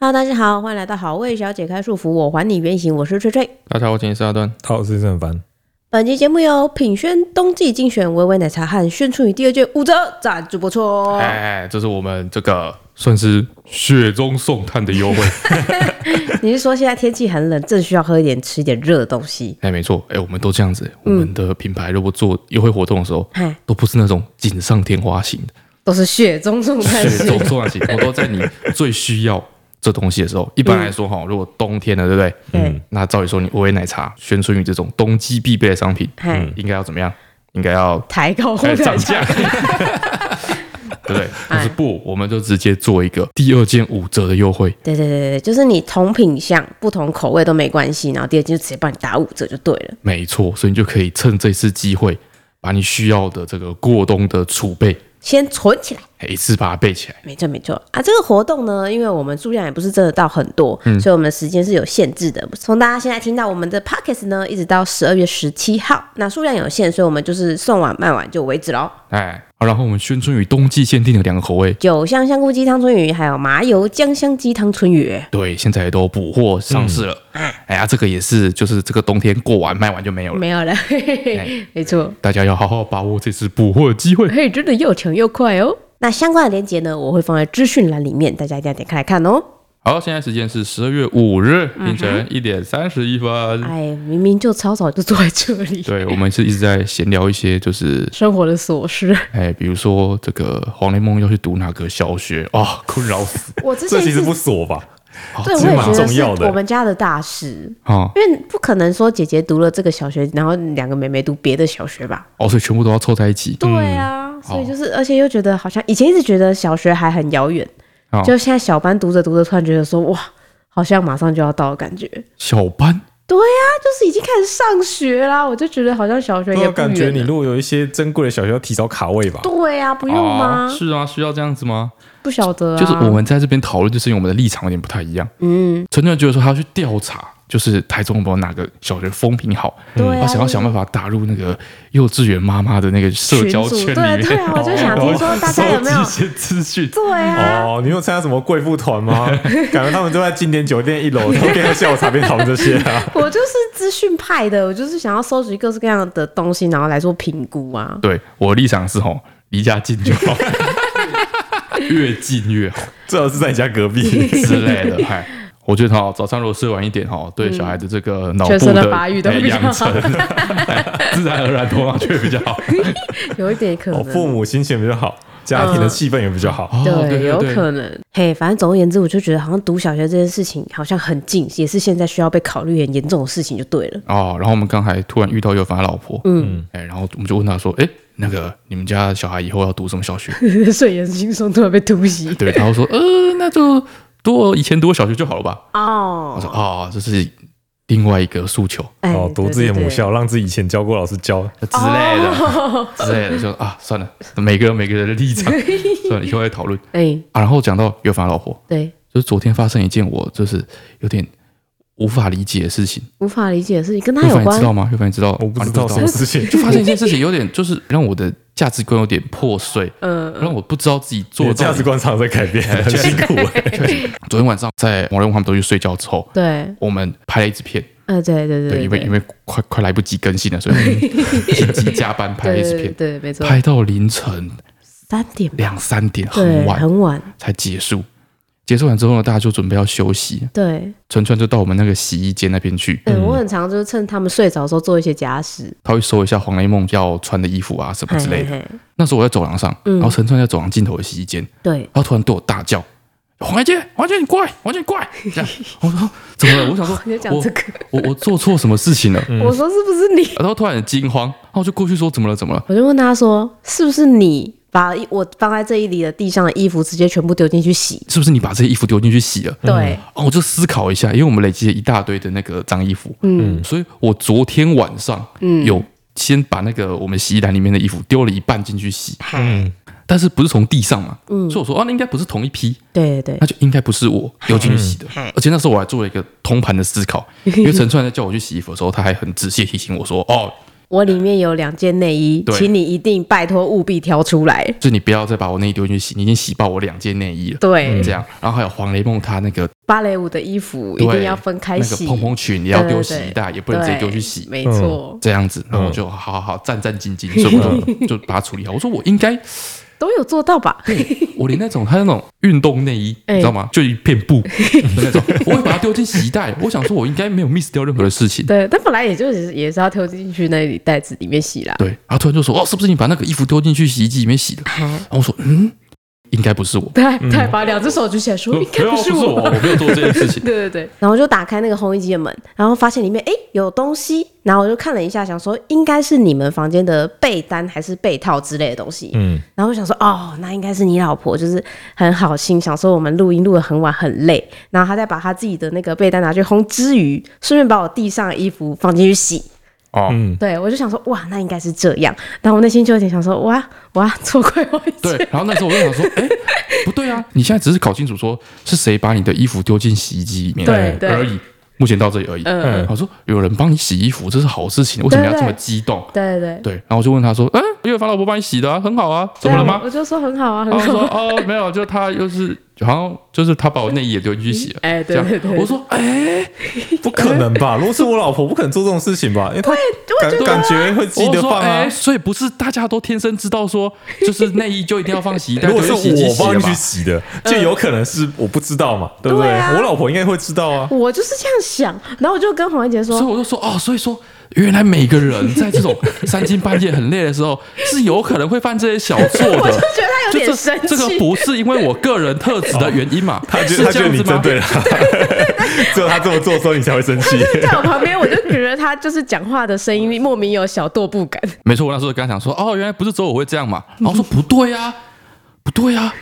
Hello，大家好，欢迎来到好味小姐开束缚，我还你原形，我是翠翠。大家好，我今天是阿端。套是很烦，本期节目由品轩冬季精选微微奶茶和炫出你第二卷五折赞助播出。 哎，这是我们这个算是雪中送炭的优惠。你是说现在天气很冷，正需要喝一点吃一点热的东西？ 哎，没错，哎，我们都这样子。我们的品牌如果做优惠活动的时候，嗨，都不是那种锦上添花型的，都是雪中送 炭雪型中。送炭型，我都在你最需要这东西的时候。一般来说，哈，如果冬天了，对不对？对，那照理说，你微微奶茶、宣春雨这种冬季必备的商品，嗨，应该要怎么样？应该要抬高哎或者涨价。 对不对？但哎是不，我们就直接做一个第二件五折的优惠，对对对对对，就是你同品相、不同口味都没关系，然后第二季就直接帮你打五折就对了。没错，所以你就可以趁这次机会，把你需要的这个过冬的储备，先存起来。哎一次把它备起来。没错没错啊，这个活动呢，因为我们数量也不是真的到很多，嗯所以我们的时间是有限制的。从大家现在听到我们的 p o c k e t 呢，一直到十二月十七号，那数量有限，所以我们就是送完卖完就为止喽。哎，好，然后我们宣春雨冬季限定的两个口味，九香香菇鸡汤春雨，还有麻油姜香鸡汤春雨，对，现在都补货上市了。哎呀，这个也是，就是这个冬天过完卖完就没有了。没有了，嘿嘿哎嘿， 没错，大家要好好把握这次补货的机会。嘿，真的又强又快哦。那相关的链接呢，我会放在资讯栏里面，大家一定要点开来看哦。好，现在时间是十二月五日凌晨一点三十一嗯分。哎，明明就超早就坐在这里，对，我们是一直在闲聊一些，就是生活的琐事。哎，比如说这个黄连梦要去读哪个小学啊、 困扰死。我之前这其是实不锁吧？哦对，我这也蛮觉得重是要的我们家的大事，啊、因为不可能说姐姐读了这个小学，然后两个妹妹读别的小学吧？哦，所以全部都要凑在一起。对啊，所哦以就是，而且又觉得好像以前一直觉得小学还很遥远，哦就现在小班读着读着，突然觉得说哇，好像马上就要到的感觉。小班对啊，就是已经开始上学啦，我就觉得好像小学也我啊不啊感觉远啊你了。如果有一些珍贵的小学，要提早卡位吧。对啊，不用哦吗？是啊，需要这样子吗？不晓得啊。就是我们在这边讨论，就是因为我们的立场有点不太一样。嗯，陈俊觉得说他要去调查，就是台中有没有哪个小学风评好，对啊他想要想办法打入那个幼稚园妈妈的那个社群交组圈里面对。对啊，我就想听说大家有没有 收集一些资讯？对啊。哦，你有参加什么贵妇 团吗？感觉他们都在金典酒店一楼，都边喝下午茶边讨论这些啊。 我就是资讯派的，我就是想要收集各式各样的东西，然后来做评估啊。对，我的立场是吼，离家近就 好，越近越好最好是在你家隔壁。 之类的。嗨，我觉得哈，早上如果睡晚一点哈，对小孩子这个脑部全身的的发育都哎比较养好成， 哎自然而然头脑就会比较好。有一点可能，哦，父母心情比较好，家庭的气氛也比较好。哦 对，有对可能。嘿，反正总而言之，我就觉得好像读小学这件事情好像很近，也是现在需要被考虑很严重的事情，就对了。哦，然后我们刚才突然遇到有凡他老婆，嗯，哎，然后我们就问他说，哎，那个你们家小孩以后要读什么小学？ 睡眼惺忪，突然被突袭嗯对，然 后说，呃，那就读我以前读我小学就好了吧。我哦说，哦，这是另外一个诉求哎哦，读自己的母，校，让自己以前教过老师教。之类哦的，之类的，就啊，算了，每个人有每个人的 立场，算了，以后再讨论对对对哎，啊。然后讲到有凡他老婆，对，就是昨天发生一件我就是有点无法理解的事情，无法理解的事情跟他有有凡你关知，道吗？有凡你知道？我不啊知你道什么事 情，就发现一件事情，有点就是让我的价值观有点破碎，嗯，让我不知道自己你做的到价值底。观常常在改 变，很辛苦欸。昨天晚上在王瑞文他们都去睡觉之后，对，我们拍了一支片，呃，对对对，对，因为对因为快快来不及更新了，所以我 们紧急加班拍了一对支对片，对，没错，拍到凌晨三点吧两三点，对很，晚很晚，才结束。结束完之后呢，大家就准备要休息，对，纯纯就到我们那个洗衣间那边去，嗯，我很常就是趁他们睡着的时候做一些家事他会收一下黄雷梦要穿的衣服啊什么之类的。嘿嘿嘿那时候我在走廊上，嗯然后陈川在走廊尽头的洗衣间，对，，然后突然对我大叫：“黄梅姐，黄梅姐你过来，黄梅姐你过来！”这样，我说怎么了？我想说 你就讲这个，我嗯我我做错什么事情了？我说是不是你？然后突然很惊慌，然后我就过去说：“怎么了？怎么了 我就问他说，是不是你把我放在这一里的地上的衣服直接全部丢进去洗？？”是不是你把这些衣服丢进去洗了？对，哦，我就思考一下，因为我们累积了一大堆的那个脏衣服，嗯，所以我昨天晚上，嗯，有先把那个我们洗衣篮里面的衣服丢了一半进去洗，嗯，但是不是从地上嘛，嗯，所以我说哦，那应该不是同一批，对对那就应该不是我丢进去洗嗯的。而且那时候我 还做了一个通盘的思考，因为陈川在叫我去洗衣服的时候，他还很仔细地提醒我说：“哦，我里面有两件内衣，对请你一定拜托务必挑出来。就你不要再把我内衣丢进去洗，你已经洗爆我两件内衣了。对，这样，然后还有黄雷梦他那个芭蕾舞的衣服一对定要分开那个洗，蓬蓬裙也要丢对洗衣袋，也不能直接丢去洗对。没错，这样子，然后我就好好好战战兢兢，所以我就 就把它处理好。我说我应该，都有做到吧？ 我连那种他那种运动内衣，哎你知道吗？就一片布的那种，我会把它丢进洗衣袋。我想说，我应该没有 miss 掉任何的事情。对，但本来也就是也是要丢进去那里袋子里面洗啦。对，然后突然就说，哦，是不是你把那个衣服丢进去洗衣机里面洗的？然后我说，嗯，应该不是我，对，他还把两只手举起来说：“应该没有是不是我，我没有做这件事 情。对对对，然后就打开那个烘衣机的门，然后发现里面哎有东西，然后我就看了一下，想说应该是你们房间的被单还是被套之类的东西，嗯，然后我想说哦，那应该是你老婆，就是很好心，想说我们录音录得很晚很累，然后她再把她自己的那个被单拿去烘之余，顺便把我地上的衣服放进去洗， 哦，对我就想说哇，那应该是这样，然后我内心就有点想说哇哇，错怪我一对切，，然后那时候我就想说，哎、不对啊，你现在只是搞清楚说是谁把你的衣服丢进洗衣机里面对对而已，目前到这里而已。嗯我说有人帮你洗衣服，这是好事情，为什么要这么激动？对对对，对，然后我就问他说，哎、因为凡老婆帮你洗的、啊，很好啊，怎么了对啊吗我？我就说很好啊，很然后好说啊，哦，没有，就他又是好像就是他把我内衣也丢进去洗了，哎这对样对对，我说哎、不可能吧？如果是我老婆，不可能做这种事情吧？因为她感感觉会记我得说放哎、啊。所以不是大家都天生知道说，就是内衣就一定要放洗衣袋， 如果是丢进洗衣机我洗帮了你吧去洗的，就嗯有可能是我不知道嘛，对不对？对啊我老婆应该会知道啊。我就是这样想，然后我就跟黄文杰说所以，我就说哦，所以说原来每个人在这种三更半夜很累的时候，是有可能会犯这些小 错我就觉的。得他有就点这生这个气，不是因为我个人特质的原因 嘛？她觉是得她这觉得样你子针吗？对她，只有她 这么做的时候，你才会生气。，在我旁边，我就觉得他就是讲话的声音莫名有小跺步感。没错，我那时候刚想说哦，原来不是只有我会这样嘛。然后我说不对呀、不对呀、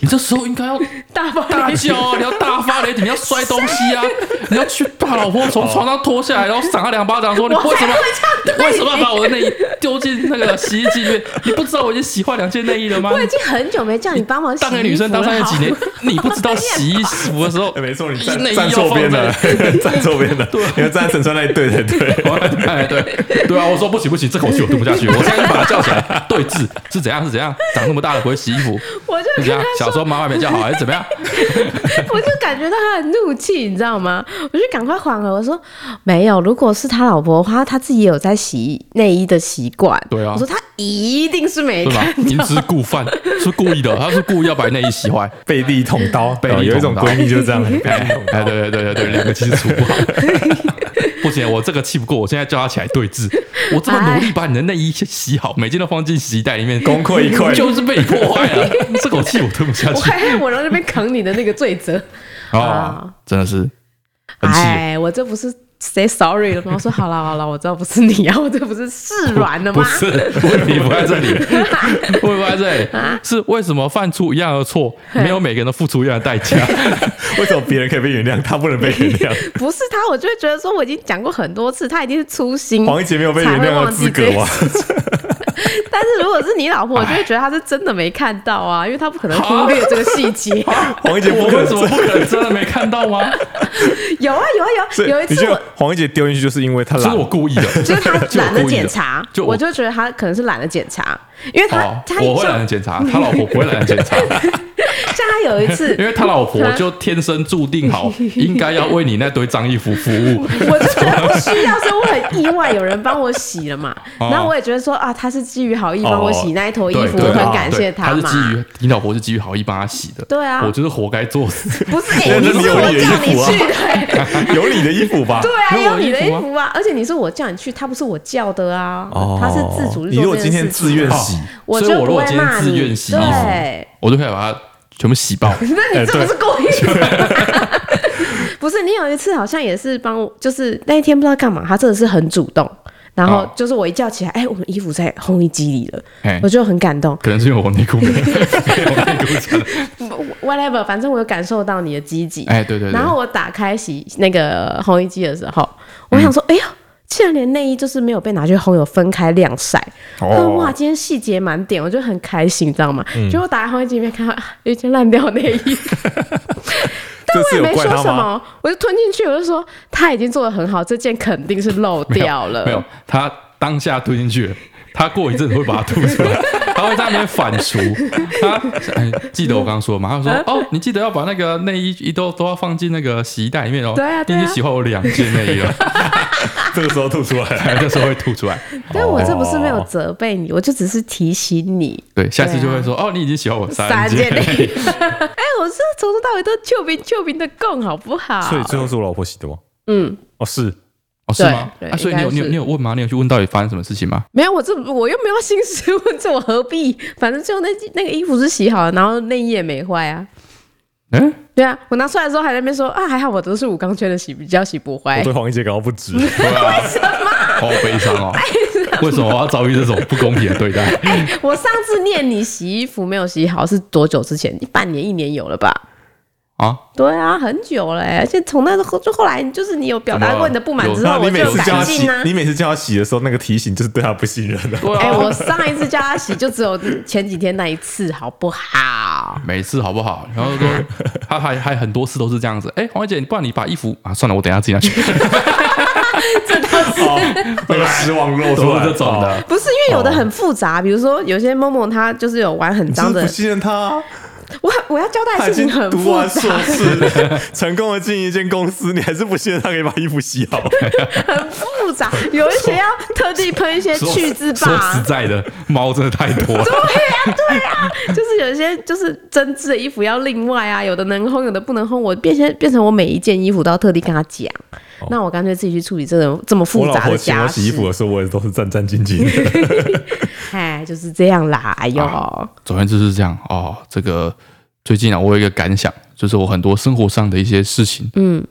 你这时候应该要 大爆大叫啊，你要大发雷霆，你要摔东西 啊，你要去把老婆从床上拖下来，然后赏她两巴掌，说你我才为 什么会这样你对为什么把我的内衣丢进那个洗衣机里面？你不知道我已经洗坏两件内衣了吗？我已经很久没叫你帮忙洗当个女生当上了了几年，你不知道洗衣服的时 候哎没错，你站内衣 站要错放边在了， 站 错边了，你要站在陈川那一队才对。哎，对对啊，我说不行不行，这口气我吞不下 去，我现在就把他叫起来对峙，是怎样是怎样？长那么大了不会洗衣服，我就是跟怎样？他小时说，候妈妈 没教好还是怎么样？我就感觉到他的怒气，你知道吗？我就赶快缓和，我说没有，如果是他老婆的话，他自己也有在洗内衣的习惯。对啊我说他一定是没对吧看？明知故犯是故意的，他是故意要把内衣洗坏。背地捅刀，地捅刀有一种闺蜜就是 这样，背地捅哎，刀。对对对对对，两个其实处 不好。不行，我这个气不过，我现在叫他起来对峙。我这哎么努力把你的内衣洗好，每件都放进洗衣袋里面，功亏一 篑就是被你破坏了。这口气我吞不下我去还让我让那边扛你的那个罪责。啊！真的是很气。哎，我这不是 say sorry 了吗？我说好了好了，我知道不是你啊，我这不是示软了吗不？是问题不在这里，问题不在这里，啊是为什么犯出一样的错，没有每个人都付出一样的代价？ 为什么别人可以被原谅，他不能被原谅？不是他，我就会觉得说我已经讲过很多次，他一定是粗心。黄一杰没有被原谅的资格吗？但是如果是你老婆，我就会觉得他是真的没看到啊，因为他不可 能忽略这个细节。黄一杰 我不可为什么能。不可能真的没看到吗？有啊有啊有所啊，以有一你次觉我得黄一杰丢进去就是因为他这懒是我，故意的，就是 他就我懒得故意的检查，就我我就觉得他可能是懒得检查，因为他、哦他，我会懒像得检查，他老婆不会懒得检查，像他有一次因，为他老婆就天生注定 好，应该要为你那堆脏衣服服务。我就觉得不需要，所以我很意外有人帮我洗了嘛。哦然后我也觉得说啊，他是基于好意帮我洗那一坨衣对服，对我啊很感谢对他是嘛。基于你老婆是基于好意帮他洗的，对啊我就是活该作死。不是，那哎，你那是你有我你的叫衣你服啊去的欸，有你的衣服吧？对啊，没有我有的你的衣衣服啊服啊，而且你是我叫你去，他不是我叫的啊，他是自主去哦你如做果这今件事天自情。哦愿洗，我所以就我不如果会今天骂自你。愿洗衣服对，我就可以把它全部洗爆。 那哎你这对不是故意 吗？ 不是，你有一次好像也是帮我，就是那一天不知道干嘛，他真的是很主动。然后哦就是我一叫起来，哎、我们衣服在烘衣机里了，哎我，就很感动。可能是因为我内裤没有 没有内裤穿。嗯 Whatever，反正我有感受到你的积极。哎，对对对然。后我打开洗那个烘衣机的时候，我嗯想说，哎呦，竟然连内衣就是没有被拿去烘，有分开晾晒。哦、哇，今天细节满点，我就很开心，你知道吗？嗯结果打开烘衣机里面看到啊有一件烂掉内衣，这我次也有没怪说他什吗？么，我就吞进去，我就说他已经做的很好，这件肯定是漏掉了。没有，他当下吞进去了，它过一阵子会把它吐出 来，它会在那边反刍。它、哎记得我刚刚说的嘛，他嗯说哦，你记得要把那个内衣一都都要放进那个洗衣袋里面哦。对啊对啊你已经洗好我两件内衣了，哦这个时候吐出来。那时候会吐出 来。但我这不是没有责备你，我就只是提醒你。对，下次就会说、哦，你已经洗好我啊三件件内内衣 衣。。哎，我是从头到尾都救兵救兵的供，好不好？所以最后是我老婆洗的吗？嗯，哦，是哦，是吗？对对啊，所以你应有该你有是你有问吗？你有去问到底发生什么事情吗？没有，我这我又没有兴师问罪，我何必？反正最后那那个衣服是洗好了，然后内衣也没坏啊。嗯，对啊，我拿出来的时候还在那边说啊，还好我都是武钢圈的洗，比较洗不坏我。对黄奕杰感到 不值。对啊，好悲伤哦。为什么我要遭遇这种不公平的对待？我上次念你洗衣服没有洗好是多久之前？半年一年有了吧？啊，对啊，很久了、欸，而且从那时候就后来就是你有表达过你的不满之那然后，后我你就每有次改叫他洗进啊，。你每次叫他洗的时候，那个提醒就是对他不 信任的。对哎、啊，我上一次叫他洗就只有前几天那一次，好不好？每次好不好？然后说他还还很多次都是这样子。哎，黄小姐，不然你把衣服啊，算了，我等一下自己拿去。哦，那个失望露出都来哦是这种的。不是因为有的很复杂，比如说有些某某他就是有玩很真脏的的不，信任他，我我要交代他的已事经情很读复完杂，硕士， 成功的进一间公司，你还是不信任他可以把衣服洗好？很复杂，有一些要特地喷一些说去渍说吧实，在的，猫真的太多了。 就是有一些就是针织的衣服要另外啊，有的能烘，有的不能烘，我变成变成我每一件衣服都要特地跟他讲，那我干脆自己去处理这种这么我 复老杂婆的请家我事洗衣，服的时候，我也都是战战兢兢的。哎，就是这样啦，哎呦，啊总而言之是这样哦。这个最近啊，我有一个感想，就是我很多生活上的一些事情，嗯，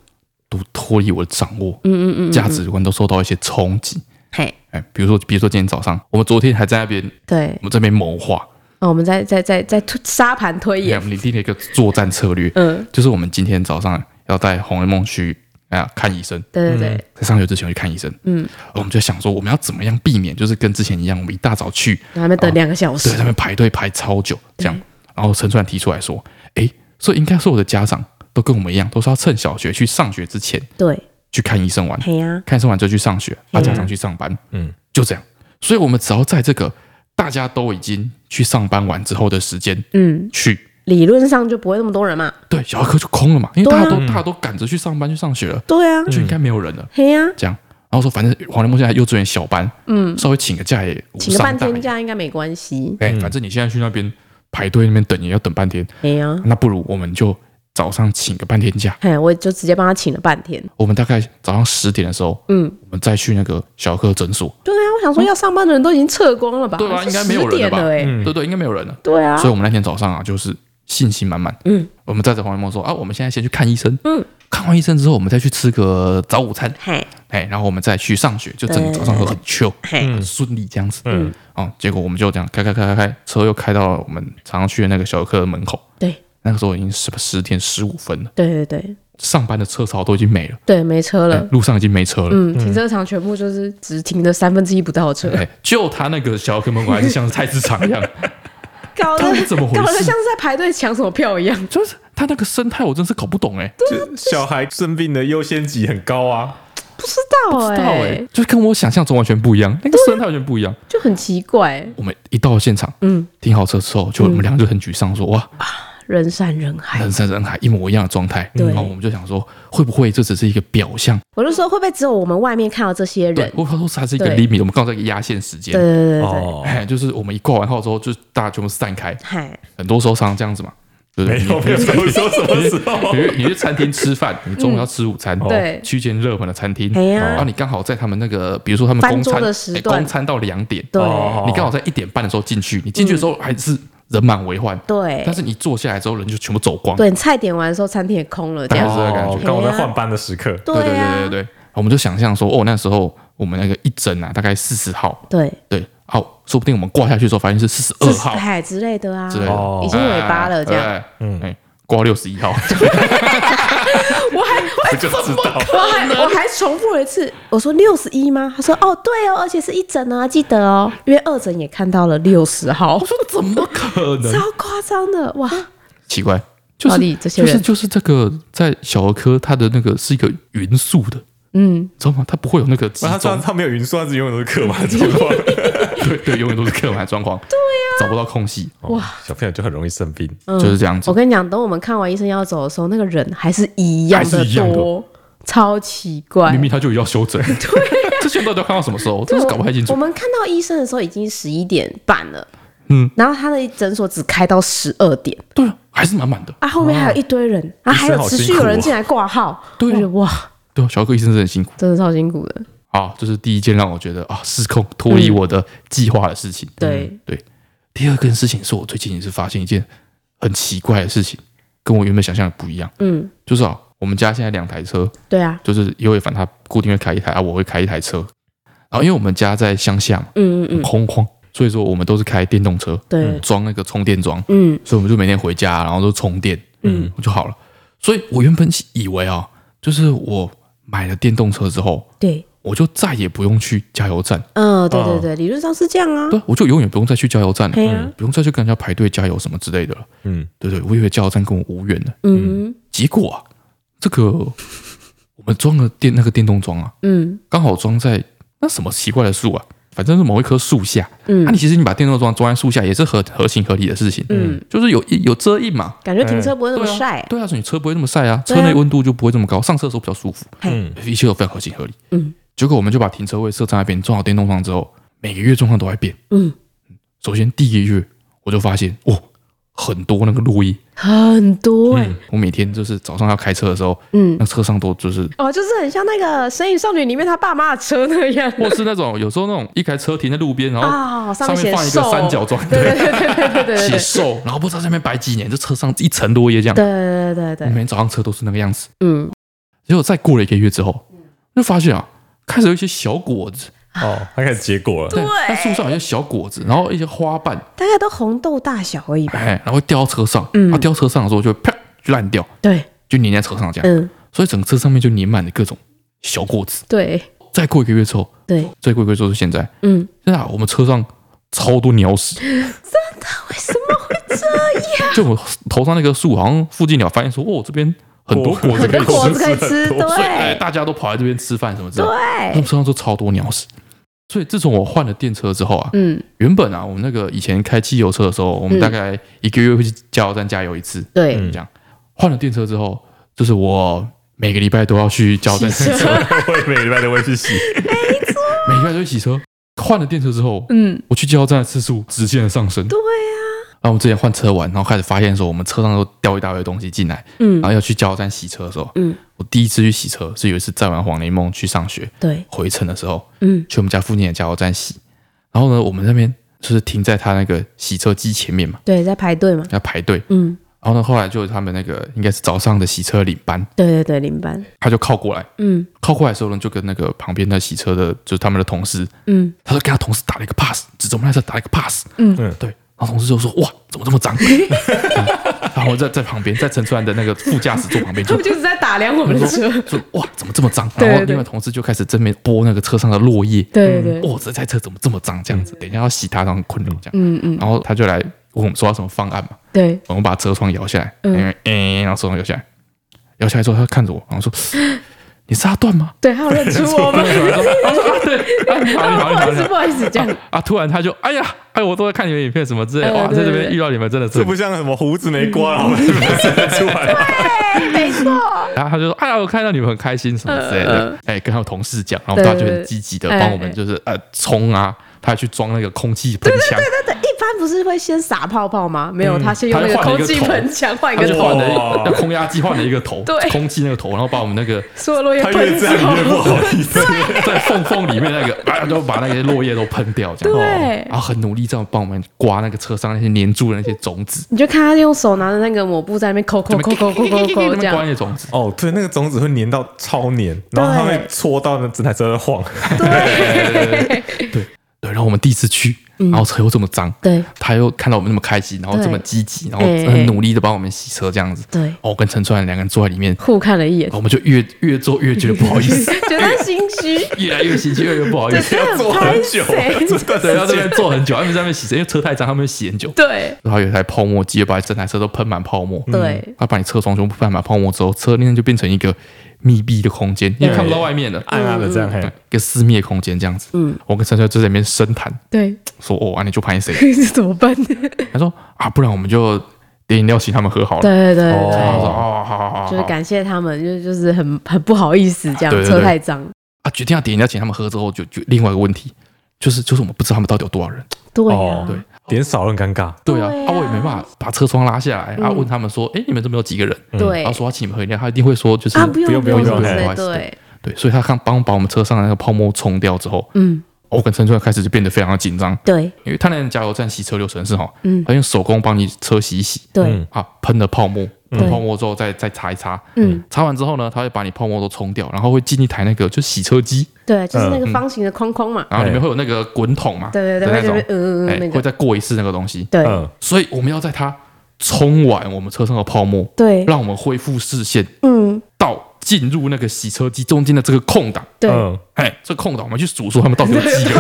都脱离我的掌握，嗯嗯嗯，价值观都受到一些冲击。嘿，哎，比如说，比如说今天早上，我们昨天还在那边，对我，们这边谋划，那我们再再再再推沙盘推也演我，们拟定了一个作战策略，嗯，就是我们今天早上要带《红楼梦》去啊看医生，对对对，在上学之前去看医生，嗯，我们就想说我们要怎么样避免，就是跟之前一样，我们一大早去，然后还没等两个小时对，，他们排队排超久，这样，然后陈川提出来说，诶，所以应该所有的家长都跟我们一样，都是要趁小学去上学之前对，去看医生玩，嘿呀，看医生完就去上学，嗯啊，家长去上班，嗯嗯，就这样。所以我们只要在这个大家都已经去上班完之后的时间嗯，去，理论上就不会那么多人嘛，对，小儿科就空了嘛，因为对啊大家都、大家都赶着去上班去上学了，对啊，就应该没有人了。嘿呀，这样，然后说反正黄连梦现在幼稚园小班，嗯，稍微请个假也无请个伤半大天雅。假应该没关系，哎，反正你现在去那边排队那边等也要等半天，嘿呀，那不如我们就早上请个半天假，嘿，我就直接帮他请了半天，我们大概早上十点的时候，嗯，我们再去那个小儿科诊所，对啊，我想说要上班的人都已经撤光了吧，嗯对吧应该没有10人了点吧了，哎，嗯对对，应该没有人了。对啊所以，我们那天早上啊，就是信心满满，嗯，我们载着黄连梦说啊，我们现在先去看医生，嗯，看完医生之后，我们再去吃个早午餐，嘿，哎，然后我们再去上学，就整个对早上都很 chill，嘿，很顺利这样子，嗯，哦，结果我们就这样开开开开开，车又开到了我们常常去的那个小儿科的门口。对，那个时候已经十十点十五分了，对对对上班的车潮都已经没了，对，没车哎了。路上已经没车了。嗯，停车场全部就是只停了三分之一不到的车，哎，就他那个小儿科门口还是像是菜市场 一样，哦搞得到底怎么回事搞得像是在排队抢什么票一样。就是他那个生态，我真是搞不懂哎、 就小孩生病的优先级很高啊。不知道不哎、知道哎、就跟我想象中完全不一样，那个生态完全不一样。就很奇怪、我们一到现场，嗯，停好车之后，就我们俩就很沮丧，说哇，人山人海人。山人海，一模一样的状态。对然后我们就想说，会不会这只是一个表象？我就说会不会只有我们外面看到这些对人，？或者说它是一个对 limit，我们刚好在一个压线时间对。对对对对，哦，哎，就是我们一挂完号之后，就大家全部散开，嗨，很多时候常常这样子嘛，对不没对？有没有，我说什么时 候你？去你去餐厅吃饭， 你中午要吃午餐，哦对去一间热门的餐厅，哎呀然后你刚好在他们那个，比如说他们翻公桌餐的时哎段公餐到两点，对哦你刚好在一点半的时候进去，你进去的时候还是人满为患，对但是你坐下来之后人就全部走光，对，你啊菜点完的时候餐厅也空了，这大样概。是这个感觉哦刚哎好在换班的时刻，对对对啊，对对对，我们就想象说，哦，那时候我们那个一整啊，大概四十号，对对，好，说不定我们挂下去之后发现是四十二这是号海之类的啊之，类的，哦已经尾巴了这样。样，嗯，哎挂六十一 号，我还我就知道。我还我还重复了一次，我说六十一吗？他说哦对哦，而且是一整啊，记得哦，因为二整也看到了六十号，我说怎么可能？超夸张的啊哇！奇怪，就是到底这些就是人就是这个在小儿科，它的那个是一个匀速的，嗯，知道吗？它不会有那个集那他虽然中，他没有云算，他是永远都是客满状 况。对对，永远都是客满状况，对啊呀、找不到空隙，哇，哦小朋友就很容易生病。嗯就是这样子我。跟你讲，等我们看完《医生要走》的时候，那个人还是一样还的是一样多，超奇怪。明明他就要修 整， 对、这些到底要看到什么时候？真是搞不太清啊我楚。们看到医生的时候已经十一点半了，嗯，然后他的诊所只开到十二点，对啊，还是满满的。啊，后面还有一堆人，啊，医还生有好持辛续有人苦哦进来挂号，对啊我觉得哇，对啊，小儿科医生真的很辛苦真的超辛苦的。啊。这是第一件让我觉得啊失控脱离我的计划的事情。嗯嗯对，对，第二件事情是我最近也是发现一件很奇怪的事情，跟我原本想象的不一样。嗯，就是啊，我们家现在两台车，对啊，就是尤伟凡他固定会开一台啊，我会开一台车。然后因为我们家在乡下嘛，嗯嗯嗯，空旷，所以说我们都是开电动车，对，装那个充电桩，嗯所以我们就每天回家然后都充电，嗯，就好了。所以我原本以为啊，就是我买了电动车之后，对，我就再也不用去加油站，嗯，对对哦对，理论上是这样啊，对，我就永远不用再去加油站了，嘿啊，不用再去跟人家排队加油什么之类的了。嗯，对对，我以为加油站跟我无缘呢。嗯结果啊，这个我们装了电那个电动桩啊，嗯刚好装在那什么奇怪的树啊，反正是某一棵树下。那、嗯你其实你把电动桩装在树下也是合合情合理的事情，嗯，就是有有遮阴嘛。感觉停车不会那么对晒啊，，对啊，所以你车不会那么晒啊，对啊车内温度就不会这么高，上车的时候比较舒服，嗯嘿，一切都非常合情合理。嗯结果我们就把停车位设在那边，装好电动桩之后，每个月状况都在变。嗯，首先第一个月我就发现，哦，很多那个落叶，很多哎，我每天就是早上要开车的时候，嗯那车上都就是， 哦，就是很像那个《神隐少女》里面她爸妈的车那样或是那种有时候那种一台车停在路边，然后啊，上面写放一个瘦，三 角状，对对，对对对对对对写对寿，然后不知道在那边摆几年，这车上一层落叶这样。对对对我每对，天早上车都是那个样子。嗯，结果再过了一个月之后，就发现啊，开始有一些小果子，哦，他开始结果了。对，那树上有一些小果子，然后一些花瓣，大概都红豆大小而已吧，哎，然后掉到车上，嗯啊，掉车上的时候就啪就烂掉，对，就粘在车上这样，嗯所以整个车上面就粘满了各种小果子。对再过一个月之后，对，再过一个月之后是现在，嗯。现在啊我们车上超多鸟 屎，为什么会就我头上那棵树，好像附近鸟发现说，哦，这边很多果果子很可以多 果吃，子可以吃？很多所以哎，对大家都跑来这边吃饭什么之类的，他对们，车上都超多鸟屎。所以自从我换了电车之后啊，嗯，原本啊，我们那个以前开汽油车的时候，我嗯们大概一个月会去加油站加油一次，对，嗯这样换了电车之后，就是我每个礼拜都要去加油站洗车，啊我也每礼拜都会去洗。每个礼拜都去洗车。换了电车之后，嗯，我去加油站的次数直线的上升。对啊，然后我们之前换车完，然后开始发现说，我们车上都掉一大堆东西进来，嗯然后要去加油站洗车的时候，嗯，我第一次去洗车是有一次载完黄雷梦去上学对，回程的时候，嗯去我们家附近的加油站洗，然后呢，我们那边就是停在他那个洗车机前面嘛，对，在排队嘛，要排队。嗯，然后呢，后来就他们那个应该是早上的洗车领班，对对对，领班，他就靠过来，嗯靠过来的时候呢，就跟那个旁边的洗车的，就是他们的同事，嗯，他就跟他同事打了一个 pass，指着我们那车打了一个 pass，嗯嗯对，然后同事就说哇，怎么这 么脏？嗯然后我在在旁边，在陈川的那个副驾驶座旁边 他就们就是在打量我们的车，说哇，怎么这么脏？对然后对对另外同事就开始正面拨那个车上的落叶，对对对，哇，这台车怎么这么脏？这样子，等一下要洗它，然后很困扰这样。嗯嗯，然后他就来问我们说要什么方案嘛，对，我们把车窗摇下来，嗯嗯，哎然后车窗摇下来，摇下来之后，他看着我，然后说：“ 你是阿段吗对，他有认出我们，？”然后说：“啊，对，啊，你好，你不好，好意你好，你思，不好。好意思，这样啊”啊！突然他就哎呀，哎，我都在看你们影片什么之类的，哎哇，对在这对边对遇到你们真的是 这，不像什么胡子没刮，然后被生出来。 没错，然后他就说：“哎呀，我看到你们很开心什么之类嗯的。”哎，跟他们同事讲，然后大家就对对很对积极的哎帮我哎们，就是呃冲啊，他还去装那个空气喷枪，对对，一般不是会先撒泡泡吗？没有，他先用他那个换了一空个气头喷枪换一他个就头换，了一哇那空压机换了一个头对，空气那个头，然后把我们那个所有落叶他喷越这样越不走，好意思。在缝缝里面那个，啊，就把那些落叶都喷掉，这样。对然后很努力这样帮我们刮那个车上那些粘住的那些种子，你就看他用手拿着那个抹布在那边抠抠这抠边抠抠抠抠这那边刮样那，些种子，哦，对，那个种子会粘到超黏，然后它对会戳到那整台车在晃。对，对。然后我们第一次去，然后车又这么脏，嗯对他又看到我们那么开心，然后对这么积极，然后哎很努力的帮我们洗车这样子。对，哦，我跟陈川两个人坐在里面，然互看了一眼后，我们就越越做越觉得不好 意思，觉得心虚，越来越心虚，越来越不好意思。真的坐拍 很久谁，这嗯段对，要时这边间坐很久，他们在那边洗车，因为车太脏，他们会洗很久。对然后有一台泡沫机，把整台车都喷满泡沫。对，他把你车窗全部喷满泡沫之后，车内就变成一个密闭的空间，你也看不到外面的，哎暗暗的这样，嗯嘿，一个私密的空间这样子。嗯，我跟陈川就在里面深谈，对，说哦，啊你就拍谁？这怎么办？对他说啊，不然我们就点饮料请他们喝好了。对对，然后我说哦，哦，好好好好，就是感谢他们，就就是很很不好意思，这样对对对车太脏，啊，决定要点饮料请他们喝之后，就就另外一个问题，就是就是我们不知道他们到底有多少人。对啊，哦对点少了很尴尬，对啊，对啊啊我也没办法把车窗拉下来，啊嗯问他们说，哎，你们这边有几个人？对然后说啊要请你们喝饮料，他一定会说就是啊，不用不用不用不用对不对好意思对，对，所以他刚帮把我们车上的那个泡沫冲掉之后，哦嗯我跟陈川开始就变得非常的紧张，对因为他那辆加油站洗车流程是哈，嗯他用手工帮你车洗一洗，对嗯啊，喷了泡沫，嗯喷泡沫之后再再擦一擦，嗯擦完之后呢，他会把你泡沫都冲掉，然后会进一台那个就洗车机，对，就是那个嗯方形的框框嘛，然后里面会有那个滚筒嘛，对对的对，那会这种边，嗯嗯哎、嗯那会个，再过一次那个东西，对嗯，所以我们要在它冲完我们车上的泡沫，对，让我们恢复视线嗯到进入那个洗车机中间的这个空档，对，嗯，哎，这个空档我们去数数他们到底有几 个，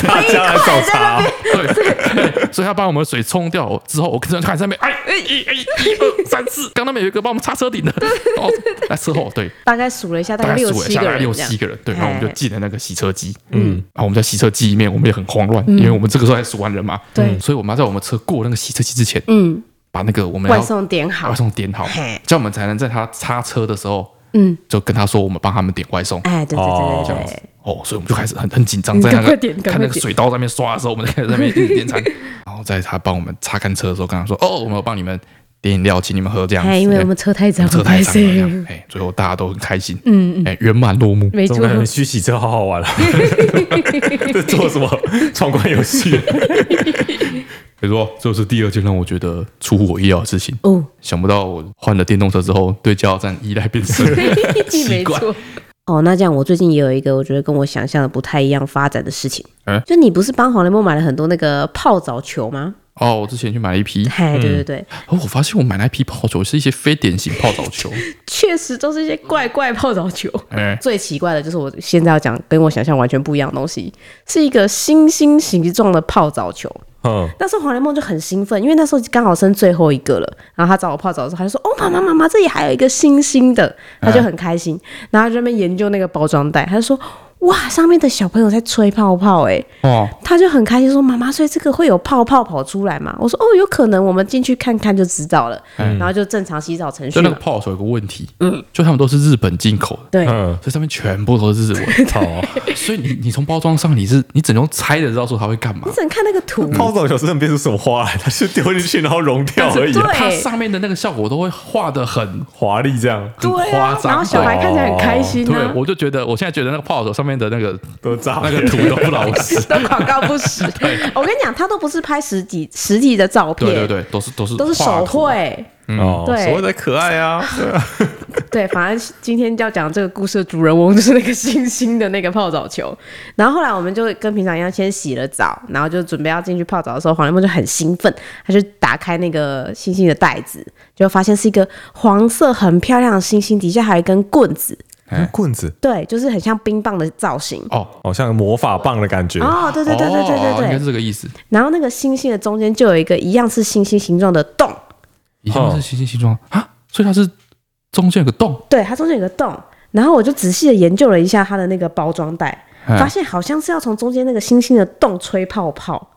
大家来找茬哦，对，所以他把我们的水冲掉之后，我跟着他还在那边，哎，一、哎，一、二、三、四，刚那边有一个帮我们擦车顶的，哦，来车后，对，大概数了一下，大大概概六数了一七下，个大概人，六这样七个人，对，然后我们就哎进了那个洗车机，啊嗯，然后我们在洗车机里面，我们也很慌乱，因为我们这个时候在数完人嘛，嗯对，所以我们要在我们车过那个洗车机之前，嗯，把那个我们要外送点好外，送点好，这样我们才能在他擦车的时候，嗯，就跟他说我们帮他们点外送。哎，对对哦对对对，哦，所以我们就开始很很紧张，在那赶快个点赶快看那个点水刀在那边刷的时候，我们就开始在那边一直点 餐，然后在他帮我们擦干车的时候，跟他说：“哦，我们有帮你们点饮料，请你们喝这样子。”哎，因为我们车太脏，车了，太拍脏了，这谁？样哎，最后大家都很开心，嗯嗯，哎，圆满落幕。没怎错么，可能去洗车好好玩啊？ 这做 什么闯关游 戏？没错，这是第二件让我觉得出乎我意料的事情。哦，想不到我换了电动车之后，对加油站依赖变深。 奇没怪错。哦，那这样我最近也有一个我觉得跟我想象的不太一样发展的事情，嗯就你不是帮黄连梦买了很多那个泡澡球吗？哦，我之前去买了一批，嗨，对对对，哦，我发现我买那批泡球是一些非典型泡澡 球，确实都是一些怪怪泡澡球。哎，嗯最奇怪的就是我现在要讲跟我想象完全不一样的东西，是一个星星形状的泡澡球。嗯，那时候黄连梦就很兴奋，因为那时候刚好剩最后一个了。然后他找我泡澡的时候，他就说：“哦，妈妈，妈妈，这里还有一个星星的。”他就很开心，然后就在那边研究那个包装袋，他就说：“哇，上面的小朋友在吹泡泡、欸，哦，他就很开心说：“妈妈，所以这个会有泡泡跑出来吗？”我说：“哦，有可能，我们进去看看就知道了。然后就正常洗澡程序就那个嘛。泡球有个问题，嗯，就他们都是日本进口的，对，嗯，所以上面全部都是日 文，好啊哦， 所以你你从包装上你是你只能猜得到说它会干嘛你，只能看那个图，泡澡球真的变出什么花来？它是丢进去然后融掉而 已啊，对它上面的那个效果都会画的很华丽这样很对夸啊。然后张。哦小孩看起来很开心对，啊，我就觉得我现在觉得那个泡球上面的那个都炸哦那了 个图都不老实，都广告不 实。我跟你讲，他都不是拍实体实体的照片，对对对，都是都是都是画手图，绘。哦对所谓的可爱啊，对，反正今天要讲这个故事的主人翁就是那个星星的那个泡澡球。然后后来我们就跟平常一样，先洗了澡，然后就准备要进去泡澡的时候，黄连梦就很兴奋，他就打开那个星星的袋子，就发现是一个黄色很漂亮的星星，底下还有一根棍子，那棍子对，就是很像冰棒的造型。哦。好像魔法棒的感觉，哦，对对对对对哦对应对该是，这个意思。然后那个星星的中间就有一个一样是星星形状的洞，以前是星星形状啊，所以它是中间有个洞，对，它中间有个洞。然后我就仔细的研究了一下它的那个包装袋，哎发现好像是要从中间那个星星的洞吹泡泡。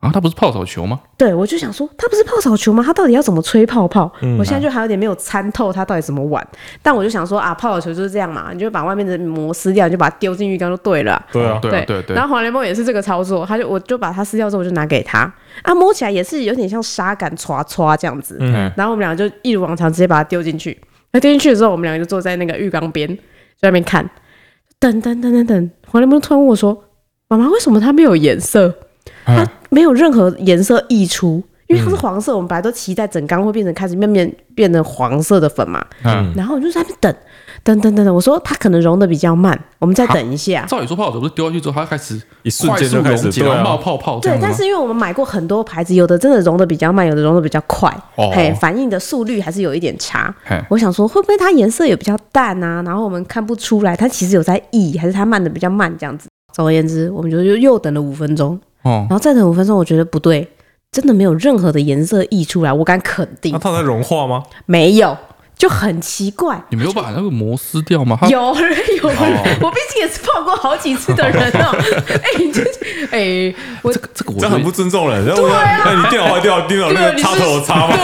啊，它不是泡澡球吗？对，我就想说，它不是泡澡球吗？它到底要怎么吹泡泡？嗯我现在就还有点没有参透它到底怎么玩。但我就想说啊，泡澡球就是这样嘛，你就把外面的膜撕掉，你就把它丢进浴缸就对了。对啊，对啊对啊对啊然。后黄连梦也是这个操作，他就我就把它撕掉之后，我就拿给他啊，摸起来也是有点像沙感刷刷这样子。嗯，然后我们俩就一如往常直接把它丢进去。那丢进去的时候，我们两个就坐在那个浴缸边，就在那边看。等等等等等，黄连梦突然问我说：“妈妈，为什么它没有颜色？嗯它没有任何颜色溢出，因为它是黄色，我们本来都期待整缸会变成开始慢慢变成黄色的粉嘛。嗯然后我就在那边等，等等等等，我说它可能融的比较慢，我们再等一下。照理说泡澡不是丢下去之后，它开始一瞬间就快开速溶始解，对啊然后冒泡泡这对样，子但吗是因为我们买过很多牌子，有的真的融的比较慢，有的融的比较快，哦嘿，反应的速率还是有一点差嘿。我想说，会不会它颜色也比较淡啊？然后我们看不出来它其实有在溢，还是它慢的比较慢这样子。总而言之，我们就又又等了五分钟，哦然后再等五分钟，我觉得不对，真的没有任何的颜色溢出来，我敢肯定那哦它在融化吗？没有，就很奇怪。你没有把那个膜撕掉哦吗？它有人有人， 我毕竟也是泡过好几次的人 哦。哎、你这哎，我这个这个我这觉得 样很不尊重人。对啊，那你电脑坏掉，电脑那个插头有插吗？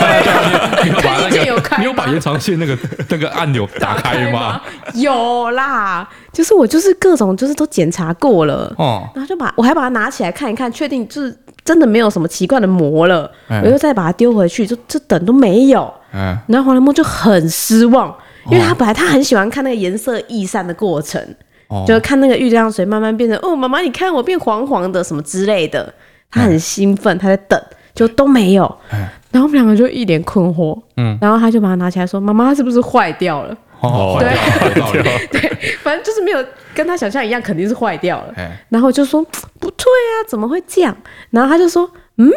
你有把 看那意见有个开你有把吗延长线那个那个按钮打 开吗？？有啦，就是我就是各种就是都检查过了，哦，然后就把我还把它拿起来看一看，确定就是真的没有什么奇怪的膜了，哎我又再把它丢回去，就就等都没有。哎，然后黄连梦就很失望，因为他本来他很喜欢看那个颜色易散的过程，哦就是看那个玉亮水慢慢变成哦，妈妈你看我变黄黄的什么之类的，他很兴奋，他在等，就都没有。哎然后我们两个就一脸困惑，嗯，然后他就把它拿起来说：“妈妈，它是不是坏掉了？”哦，对坏掉了，坏掉了对，反正就是没有跟他想象一样，肯定是坏掉了。哎，然后我就说不对啊，怎么会这样？然后他就说嗯，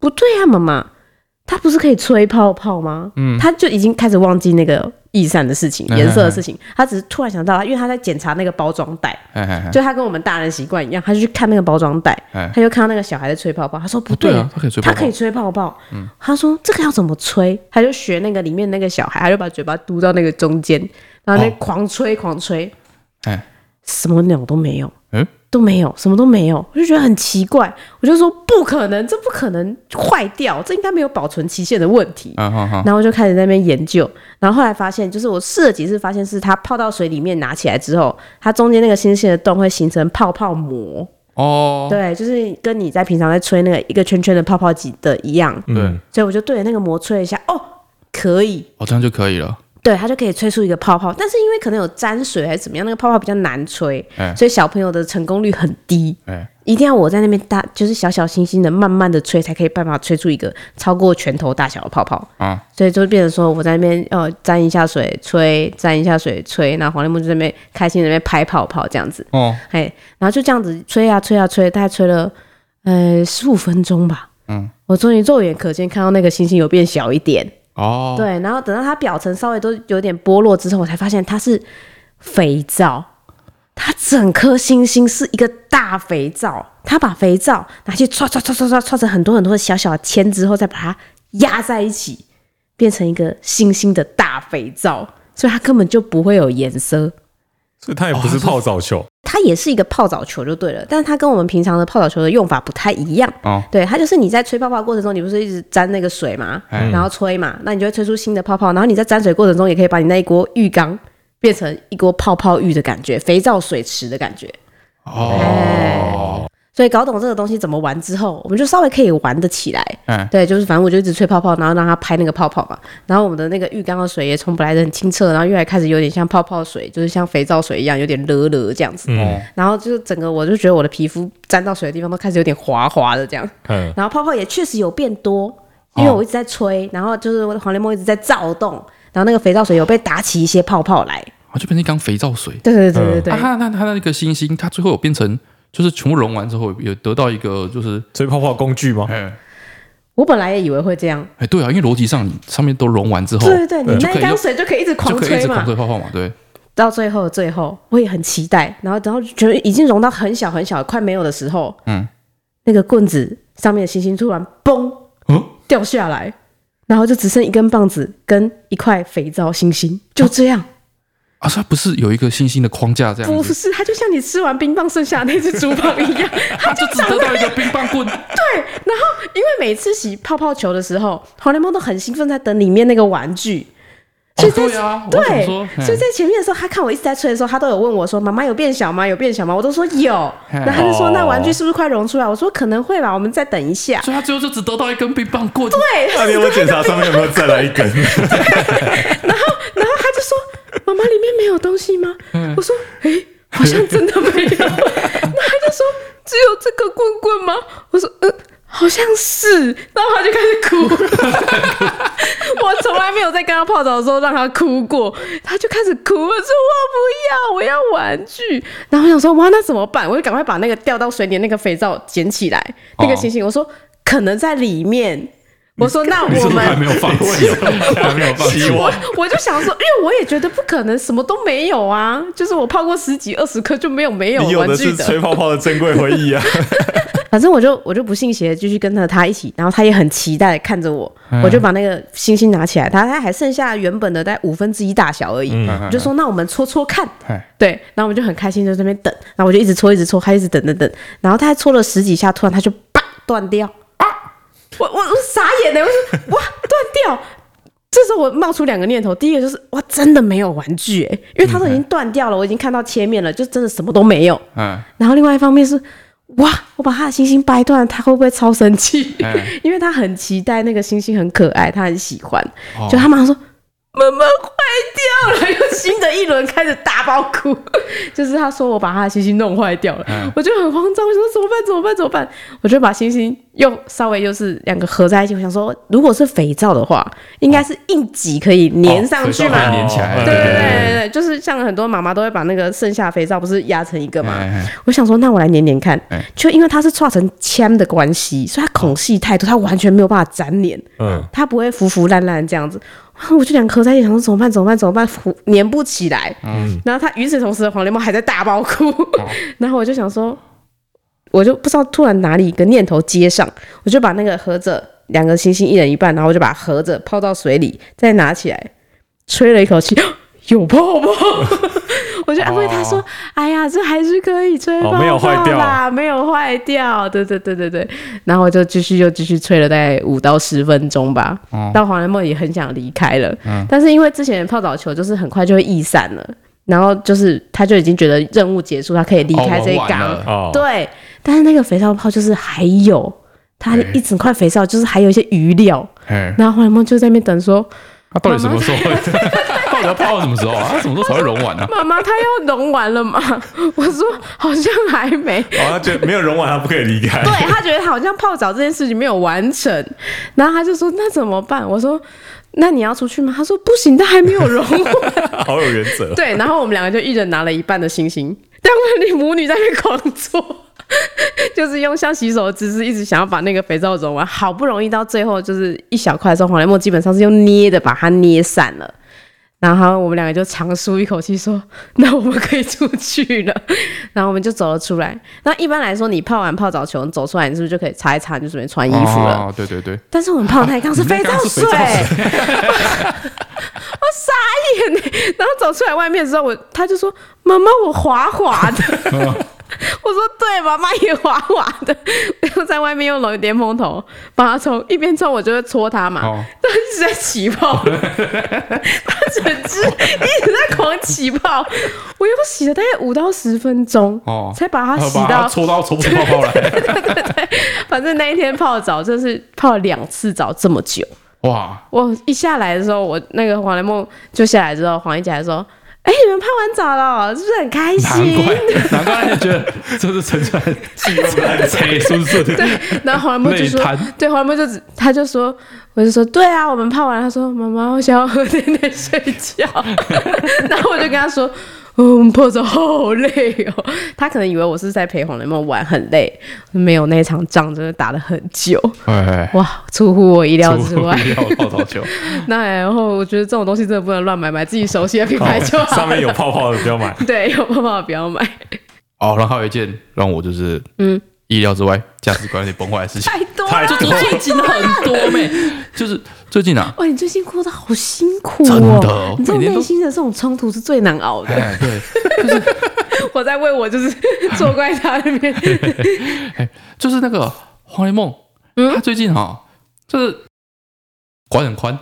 不对啊，妈妈，他不是可以吹泡泡吗？嗯，他就已经开始忘记那个易散的事情、哎颜色的事情，他只是突然想到，因为他在检查那个包装袋，哎哎哎，就他跟我们大人习惯一样，他就去看那个包装袋，哎他就看到那个小孩在吹泡泡，他说不对对啊，它可以吹泡他泡嗯可以吹泡泡。他说这个要怎么吹？他就学那个里面那个小孩，他就把嘴巴嘟到那个中间，然后那哦狂吹狂吹，哎，什么鸟都没有，嗯，都没有，什么都没有，我就觉得很奇怪。我就说不可能，这不可能坏掉，这应该没有保存期限的问题。啊哈哈，然后我就开始在那边研究，然后后来发现，就是我试了几次，发现是它泡到水里面拿起来之后，它中间那个星星的洞会形成泡泡膜，哦，对，就是跟你在平常在吹那个一个圈圈的泡泡机的一样，嗯对，所以我就对着那个膜吹一下，哦，可以，哦，这样就可以了，对，它就可以吹出一个泡泡，但是因为可能有沾水还是怎么样，那个泡泡比较难吹，哎所以小朋友的成功率很低，哎，一定要我在那边大，就是小小心心的慢慢的吹，才可以办法吹出一个超过拳头大小的泡泡，啊，所以就变成说我在那边呃沾一下水吹，沾一下水吹，然后黄连木就在那边开心的那边拍泡泡这样子，哦，嘿，然后就这样子吹啊吹啊吹，大概吹了呃十五分钟吧。嗯，我终于肉眼可见看到那个星星有变小一点，哦，对，然后等到它表层稍微都有点剥落之后，我才发现它是肥皂，它整颗星星是一个大肥皂，它把肥皂拿去刷刷刷刷刷刷成很多很多的小小的签之后，再把它压在一起，变成一个星星的大肥皂，所以它根本就不会有颜色。所以它也不是泡澡球，它也是一个泡澡球就对了，但是它跟我们平常的泡澡球的用法不太一样。哦对，它就是你在吹泡泡的过程中，你不是一直沾那个水嘛，哎然后吹嘛，那你就会吹出新的泡泡，然后你在沾水过程中，也可以把你那一锅浴缸变成一锅泡泡浴的感觉，肥皂水池的感觉。哦，所以搞懂这个东西怎么玩之后，我们就稍微可以玩得起来。哎，对，就是反正我就一直吹泡泡，然后让它拍那个泡泡嘛。然后我们的那个浴缸的水也从本来的很清澈，然后越来开始有点像泡泡水，就是像肥皂水一样，有点勒勒这样子。哦，然后就是整个我就觉得我的皮肤沾到水的地方都开始有点滑滑的这样，嗯，然后泡泡也确实有变哦多，因为我一直在吹，然后就是我的黄连梦一直在躁动，然后那个肥皂水有被打起一些泡泡来，嗯它哦就变成一缸肥皂水。对对对对对，啊，它那它那个星星，它最后有变成，就是全部融完之后，有得到一个就是，吹泡泡的工具吗？哎我本来也以为会这样，哎，对啊，因为逻辑上你上面都融完之后，对对对，你就那一可以缸用水就可以一直就狂可以一吹直嘛狂，吹泡泡嘛，对，到最后最后我也很期待，然后然后就觉得已经融到很小很小快没有的时候，嗯，那个棍子上面的星星突然嘣嗯，掉下来，然后就只剩一根棒子跟一块肥皂星星，就这样。啊，它不是有一个星星的框架这样不子，是，它就像你吃完冰棒剩下的那只竹棒一样，它它就只长得得到一个冰棒棍，然后，因为每次洗泡泡球的时候，黄连梦都很兴奋在等里面那个玩具，所以在、哦对啊我想对说所以在前面的时候，他看我一直在吹的时候，他都有问我说：“妈妈有变小吗？有变小吗？”我都说有，嘿然后他就说哦：“那玩具是不是快融出来？”我说：“可能会吧，我们再等一下。所以它最后就只得到一根冰棒棍，对，那你有没有检查上面有没有再来一根？然后他就说：“妈妈，里面没有东西吗？”我说：“诶，好像真的没有。”那他就说：“只有这个棍棍吗？”呃我说：“嗯，好像是。”然后他就开始哭。我从来没有在跟他泡澡的时候让他哭过，他就开始哭了，说我不要，我要玩具。然后我想说哇，那怎么办？我就赶快把那个掉到水里的那个肥皂捡起来，那个哦星星，我说可能在里面。我说那你是我不是还们 没有放弃，还没有放弃希望我就想说，因为我也觉得不可能什么都没有啊，就是我泡过十几二十颗就没有没有你有玩的具是吹泡泡的珍贵回忆啊！反正我就我就不信邪，继续跟着他一起，然后他也很期待地看着我，嗯我就把那个星星拿起来，他他还剩下原本的大概五分之一大小而已，嗯我就说那我们搓搓看，哎对，然后我们就很开心就在那边等，然后我就一直搓一直搓，他一直等等等，然后他还搓了十几下，突然他就啪断掉，啊！我我我傻眼了，我说哇断掉。这时候我冒出两个念头，第一个就是哇，真的没有玩具诶、因为他都已经断掉了，我已经看到切面了，就真的什么都没有。哎然后另外一方面是，哇，我把他的星星掰断，他会不会超生气？哎， 因为他很期待那个星星很可爱，他很喜欢，哦就他马上说。妈妈坏掉了，又新的一轮开始大爆哭， 就是他说我把他的星星弄坏掉了，嗯我就很慌张，我说怎么办？怎么办？怎么办？我就把星星又稍微又是两个合在一起，我想说，如果是肥皂的话，应该是硬挤可以粘上去嘛，哦粘起来，哎哦对对对对对，就是像很多妈妈都会把那个剩下肥皂不是压成一个嘛，哎哎我想说，那我来粘粘看哎。就因为它是串成铅的关系，所以它孔隙太多，它完全没有办法粘连， 嗯，它不会腐腐烂烂这样子。 哇我就两个合在一起，想说怎么办？怎么办？怎么办？糊粘不起来。嗯然后它与此同时，黄连猫还在大爆哭。哦 然后我就想说，我就不知道突然哪里一个念头接上，我就把那个合着两个星星一人一半，然后我就把它合着泡到水里，再拿起来吹了一口气， 有泡 泡。我就安慰他说：“哎呀，这还是可以吹泡泡哦没有坏掉啦，没有坏掉。”对对对对对。然后我就继续又继续吹了大概五到十分钟吧。哦嗯到黄连梦也很想离开了，但是因为之前泡澡球就是很快就会溢散了，然后就是他就已经觉得任务结束，他可以离开这一哦玩缸。完了哦，对，但是那个肥皂泡就是还有，它哎一整块肥皂就是还有一些余料，哎，然后黄连梦就在那边等说他啊到底什么时候会？ 到底要泡到什么时候啊？他什么时候才会融完呢：“？妈妈，它要融完了吗？” 我说：“好像还 没。”好像觉得没有融完，哦他不可以离开。对他觉得好像泡澡这件事情没有完成，然后他就说那怎么办？我说那你要出去吗？他说不行，他还没有融化。 好有原则。对，然后我们两个就一人拿了一半的星星，但问题母女在那边狂做， 就是用像洗手的姿势，一直想要把那个肥皂融完。好不容易到最后就是一小块的时候，黄连梦基本上是用捏的把它捏散了。然后我们两个就长舒一口气，说：“那我们可以出去了。”然后我们就走了出来。那一般来说，你泡完泡澡球，你走出来，你是不是就可以擦一擦，你就准备穿衣服了？哦，对对对，但是我们泡的那一缸是 肥皂水，你那缸是 我傻眼欸然后走出来外面之后，我他就说：“妈妈，我滑滑 的。”我说：“对，妈妈也滑滑的。” 然后在外面用冷电风头把它冲，一边冲我就会搓它嘛，哦它一直在起 泡，它整只一直在狂起泡。我又洗了大概五到十分钟，哦才把它他洗 把到它搓到搓不出泡泡来，反正那一天泡澡真是泡了两次澡这么久。哇，我一下来的时候，我那个黄连梦就下来之后，黄一姐说：“哎、你们泡完澡了，是不是很开 难怪心难怪他就觉得这是陈川气氛很 贼，哎是不是？？” 然后黄连梦就说内摊：“对，黄连梦就只他就说，我就说对啊，我们泡完了。”他说：“妈妈，我想要喝点点睡觉。” 然后我就跟他说。哦我们泡澡好累哦，他可能以为我是在陪黄连梦玩，很累。没有那一场仗真的打了很久，哎，哇，出乎我意料之出乎外。意料的泡澡球， 那然后我觉得这种东西真的不能乱买，买自己熟悉的品牌就好。 上面有泡泡的不要买。 对，有泡泡不要买， 哦，然后还有一件让我就是嗯意料之外、价值观有点崩坏的事 情，太多太了。就多是最近很 多妹， 就是最近啊，哇，你最近过得好辛苦真哦！的你这种每天都内心的这种冲突是最难熬 的。 哎对，我在为我就是错怪他那边， 就是那个黄连梦，嗯他最近哈就是管很宽，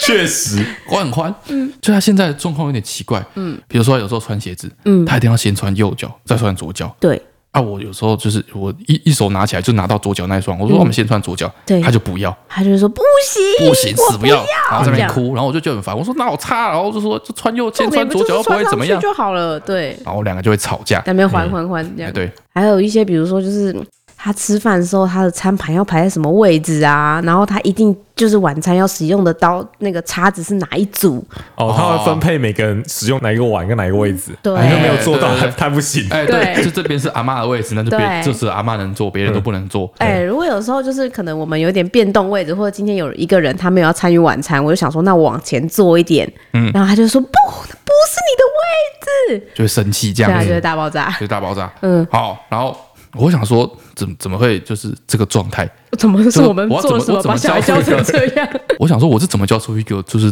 确实，管很宽，嗯，就他现在的状况有点奇怪，嗯，比如说他有时候穿鞋子， 嗯他一定要先穿右脚，再穿左脚。对啊，我有时候就是我一一手拿起来就拿到左脚那一双，我说我们先穿左脚，嗯对他就不要，他就说不行，不行，我死不要，然后这在那边样哭，然后我就觉得很烦，我说那我差，然后就说就穿右，先重点穿左就脚又是不会穿怎上么去样，就好了。对，然后两个就会吵架，在那边还还还这哎样。对，还有一些，比如说就是。他吃饭的时候他的餐盘要排在什么位置啊，然后他一定就是晚餐要使用的刀那个叉子是哪一组，哦，他会分配每个人使用哪一个碗跟哪一个位置，对你都没有做到，对对他对他不行。哎，对对，就这边是阿嬷的位置，那就别对就是阿嬷能做，别人都不能做。哎、如果有时候就是可能我们有点变动位置，或者今天有一个人他没有要参与晚餐，我就想说那我往前坐一点，嗯，然后他就说不，那不是你的位置，就会生气这对样啊，子，就就是大爆炸，是大爆炸。嗯，好，然后我想说，怎怎么会就是这个状态？ 怎么是怎么我们我要做了怎什么么把我小怎么孩教教成会这样？ 我想说，我是怎么教出一个就是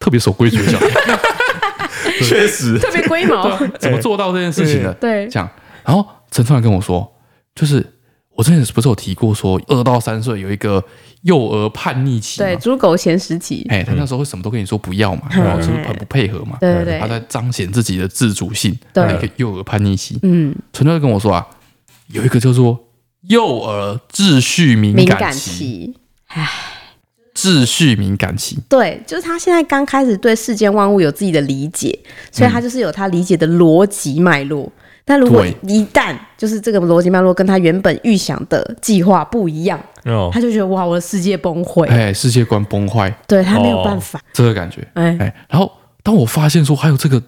特别守规矩的小孩？确实，特别龟毛，怎么做到这件事情的？ 对这样。然后陈川跟我说，就是我之前不是有提过说，二到三岁有一个幼儿叛逆期对，嘛？猪狗衔时期，哎、他那时候会什么都跟你说不要嘛，然后就是很不配合嘛，对对对他在彰显自己的自主性，对那个幼儿叛逆期。嗯，陈川跟我说啊，有一个叫做幼儿秩序敏敏感感期，期。秩序敏感期，对，就是他现在刚开始对世间万物有自己的理解，所以他就是有他理解的逻辑脉络。但如果嗯对一旦就是这个逻辑脉络跟他原本预想的计划不一样，哦，他就觉得哇，我的世界崩溃，哎、世界观崩坏，对他没有哦办法。这个感觉。哎、哎，然后当我发现说还有这个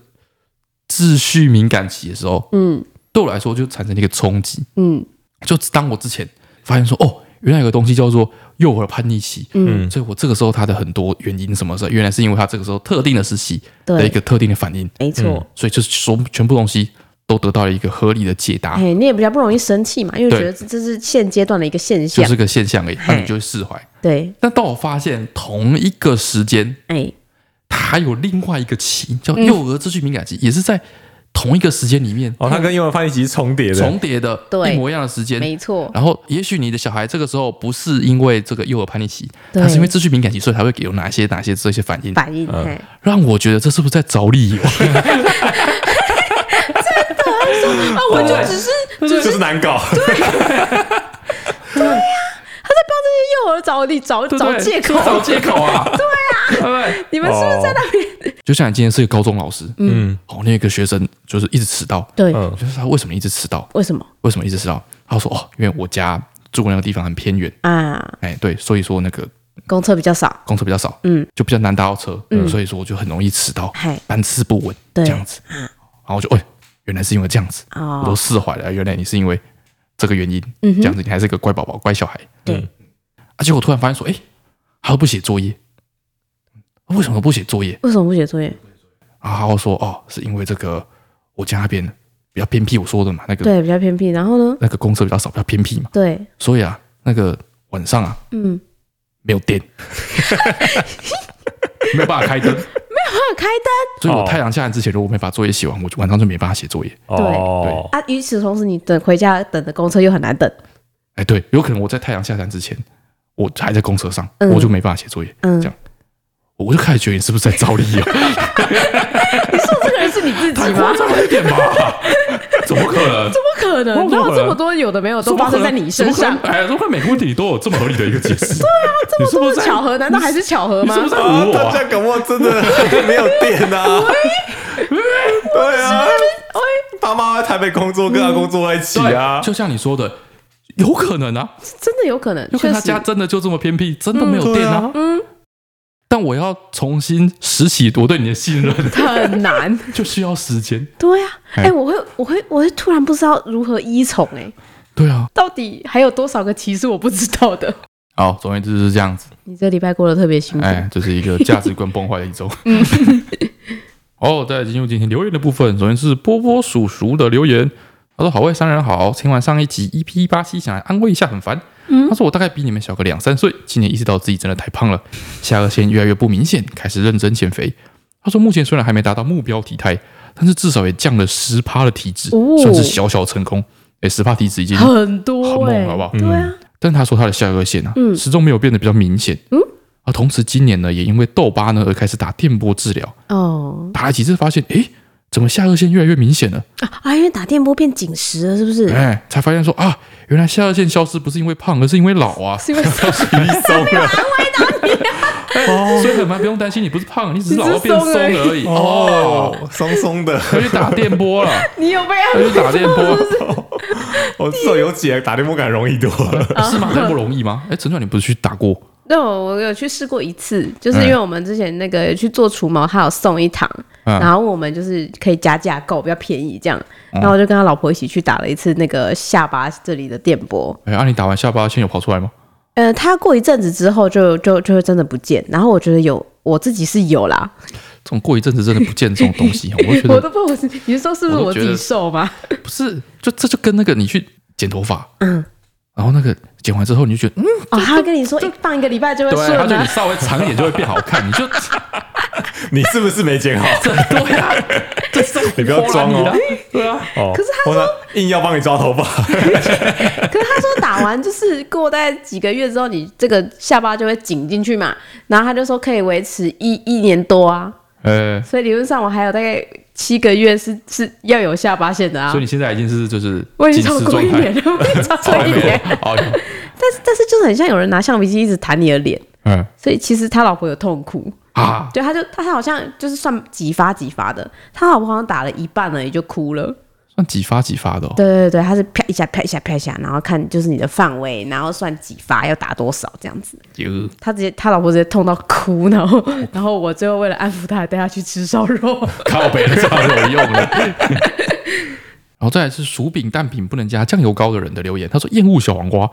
秩序敏感期的时候，嗯对我来说就产生了一个冲击。嗯，就当我之前发现说，哦，原来有个东西叫做幼儿叛逆期，嗯所以我这个时候他的很多原因是什么事，原来是因为他这个时候特定的时期的一对，个特定的反应，没错。所以就是说全部东西都得到了一个合理的解答，哎、你也比较不容易生气嘛，因为嗯对觉得这这是现阶段的一个现就象。是个现象而已，嘿那你就会释怀。对，但当我发现同一个时间，哎、它还有另外一个期叫幼儿秩序敏感期，也是在同一个时间里面，哦，他跟英文翻译其实重叠的，重叠的对一模一样的时间。没错，然后，也许你的小孩这个时候不是因为这个幼儿叛逆期，对他是因为秩序敏感期，所以才会有哪些哪些这些反应，反应。哎、让我觉得这是不是在找理 由？啊，我就只是就是难搞。幼儿找你找对不找对借口，找借 口啊！对啊，对不对？你们是不哦是在那边？就像你今天是一个高中老师，嗯，哦，那个学生就是一直迟到，对，嗯我就是他为什么一直迟到？为什么为什么一直迟到？他说哦，因为我家住那个地方很偏远，啊？哎，对，所以说那个公厕比较少，公车比较少，嗯，就比较难搭到车，所以说我就很容易迟到嗨，班次不稳，对这样子，然后我就哎、原来是因为这样子，哦我都释怀了，原来你是因为这个原因，这样子你还是个乖宝宝、乖小孩，嗯对嗯，而且我突然发现说，哎、他都不写作业，为什么不写作业？为什么不写作业？然后他说，哦，是因为这个我家那边比较偏僻，我说的嘛，那个对，比较偏僻。然后呢？那个公车比较少，比较偏僻嘛，对，所以啊，那个晚上啊嗯，没有 电，没有办法开灯。那开灯所以我太阳下山之前，如果没把作业写完，我就晚上就没办法写作业。哦，啊！与此同时，你等回家等的公车又很难等。哎，对，有可能我在太阳下山之前，我还在公车上，嗯我就没办法写作业。嗯这，样，我就开始觉得你是不是在找理由？你说这个人是你自己太 吗夸？张了一点吧？啊 怎么可能？怎么可能？哪怎么可能有这么多有的没有都发生在你身怎么上可？能哎，怎么会每个问题都有这么合理的一个 解释？对啊，这么这么巧合，难道还是巧合你吗是？不是在啊唬我大啊？家搞不好 真的没有电啊。对啊，爸妈在台北工作，嗯跟他工作在一起啊对，。就像你说的，有可能啊，真的有可能，就确跟他实家真的就这么偏僻，真的没有电啊。嗯对啊但我要重新拾起我对你的信任， 很难。就需要时间。对啊，哎哎，我会，我会，我会突然不知道如何依从。哎，对啊，到底还有多少个歧视我不知道的？好，总而言之就是这样子。你这礼拜过得特别辛苦。哎，这 是一个价值观崩坏的一周。嗯 哦，再进入今天留言的部分，首先是波波叔叔的留言。他说：“好味三人好，听完上一集 EP 八七，想来安慰一下，很烦。嗯他说我大概比你们小个两三岁，今年意识到自己真的太胖了，下颚线越来越不明显，开始认真减肥。他说目前虽然还没达到目标体态，但是至少也降了十趴的体脂，哦算是小小成功。哎，十趴体脂已经很很多哎、猛了，好不嗯好？对啊，但他说他的下颚线啊，始终没有变得比较明显。嗯，而同时今年呢，也因为痘疤呢而开始打电波治疗，哦，打了几次发现，诶，怎么下颚线越来越明显了？啊，因为打电波变紧实了，是不 是？哎，才发现说啊，原来下颚线消失不是因为胖，而 是因为老啊。是因为瘦，你松了，哦，所以很蛮不用担心，你不是胖，你只是老了变松了而已。哦，哦，松松的，他去打电波 了，你有被他去打电波我手有解，打电波感容易多了。啊是吗？那不容易吗？哎，陈传，你不是去打过？那我我有去试过一次，就是因为我们之前那个有去做除毛，他有送一堂，嗯然后我们就是可以加价购，比较便宜这样。然后我就跟他老婆一起去打了一次那个下巴这里的电波，哎，啊，你打完下巴线有跑出来吗？呃，他过一阵子之后就就就会真的不见。然后我觉得有我自己是有啦，这种过一阵子真的不见这种东 西，我 就觉我得都不知道我是，你是说是不是我我都觉自得己瘦 吗？不是，就这就跟那个你去剪头发，嗯，然后那个剪完之后你就觉得，嗯，哦，他跟你说一放一个礼拜就会对，他顺就你了，稍微长一点就会变好看，你就 你是不是没剪好？对呀，这是你不要装哦，对啊，哦，可是他说硬要帮你抓头发，可是他说打完就是过大概几个月之后，你这个下巴就会紧进去嘛。然后他就说可以维持一一年多啊，呃，所以理论上我还有大概七个月是是要有下巴线的啊所以。你现在已经是就是我已经紧超实过状一态 年，了，我已经超过一年。哦，但 是但是就是很像有人拿橡皮筋一直弹你的脸，嗯所以其实他老婆有痛苦。啊，对，他就他好像就是算几发几发的，他老婆好像打了一半而已就哭了。算几发几发的哦，对对对，他是啪一下啪一下啪一下，然后看就是你的范围，然后算几发要打多少这样子。有他直接他老婆直接痛到哭， 然后然后我最后为了安抚他，还带他去吃烧肉。靠北这样有用了。 然后再来是薯饼、蛋饼不能加酱油膏的人的留言，他说厌恶小黄瓜。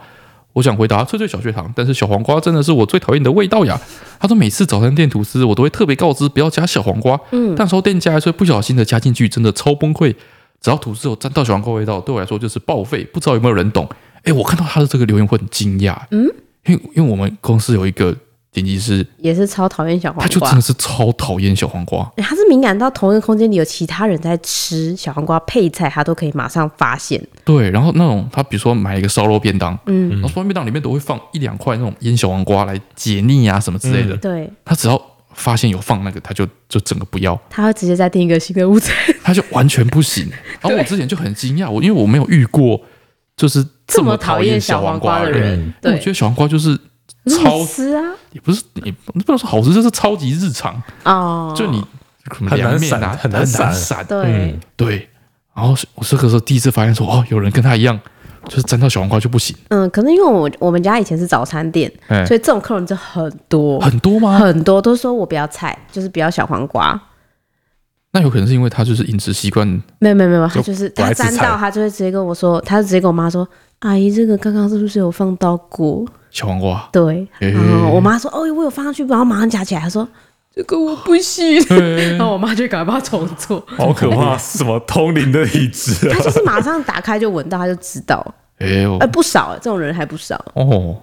我想回答脆脆小学堂，但是小黄瓜真的是我最讨厌的味道呀。他说每次早餐店吐司，我都会特别告知不要加小黄瓜，嗯，但说店家还是会不小心的加进去，真的超崩溃。只要吐司有沾到小黄瓜味道，对我来说就是报废。不知道有没有人懂？哎，我看到他的这个留言会很惊讶，嗯，因为因为我们公司有一个剪辑师， 也是超讨厌小黄他就瓜真的，是超讨厌小黄瓜，他是敏感到同一个空间里有其他人在吃小黄瓜配菜，他都可以马上发现。对，然后那种他比如说买一个烧肉便当，嗯，然后烧肉便当里面都会放一两块那种腌小黄瓜来解腻啊什么之类的。嗯对，他只要发现有放那个，他就就整个不要，他会直接再订一个新的午 餐，他就完全不行。然后我之前就很惊讶，我因为我没有遇过就是这么么讨讨厌小小黄瓜的的人。人，因为我对觉，得小黄瓜就是很超好吃啊，也不是也不不能说好吃，就是超级日常，哦，就嗯你可能很难凉面啊闪很难难闪闪，对，对。然后我这个时候第一次发现说，哦，有人跟他一样，就是沾到小黄瓜就不行。嗯，可能因为我我们家以前是早餐店，哎所以这种客人就很多，很多吗？很多都说我不要菜，就是不要小黄瓜。那有可能是因为他就是饮食习惯，没有没有没有，他就是不爱他吃沾到菜他就会直接跟我说，他就直接跟我妈说：“阿姨，这个刚刚是不是有放到过，小黄？”瓜对，诶然后我妈说：“哦，我有放上去，然后马上夹起来。”她说这个我不 行，对然后我妈就赶快帮她重 做。好可怕，什么通灵的体质：“啊她！就是马上打开就闻到，她就知道。哦哎呦哎，不少，这种人还不少。哦，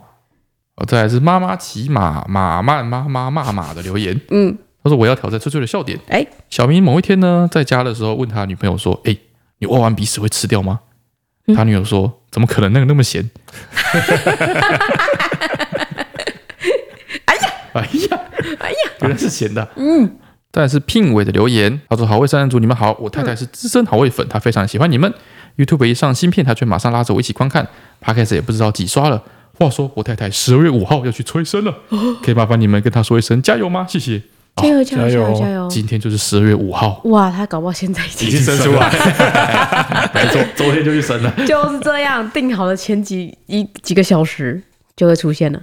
哦，再来是妈妈骑马马慢妈妈骂马的留言，嗯，他说我要挑战翠翠的笑点。哎，小明某一天呢，在家的时候问他女朋友说：“哎，你挖完鼻屎会吃掉吗？”嗯他女友说：“怎么可能？那个那么咸。”哎呀，哎呀，哎呀，原来是咸的。嗯。但是聘伟的留言，他说：“好味三人组，你们好，我太太是资深好味粉，她非常喜欢你们。YouTube 一上新片，她却马上拉着我一起观看。Podcast 也不知道几刷了。话说，我太太十二月五号要去催生了，可以麻烦你们跟她说一声加油吗？谢谢。哦加油加油加加油油加油！今天就是十二月五号，哇，他搞不好现在已已经经生出来，来昨昨天就去生了。就是这样，定好的前几一几个小时就会出现了。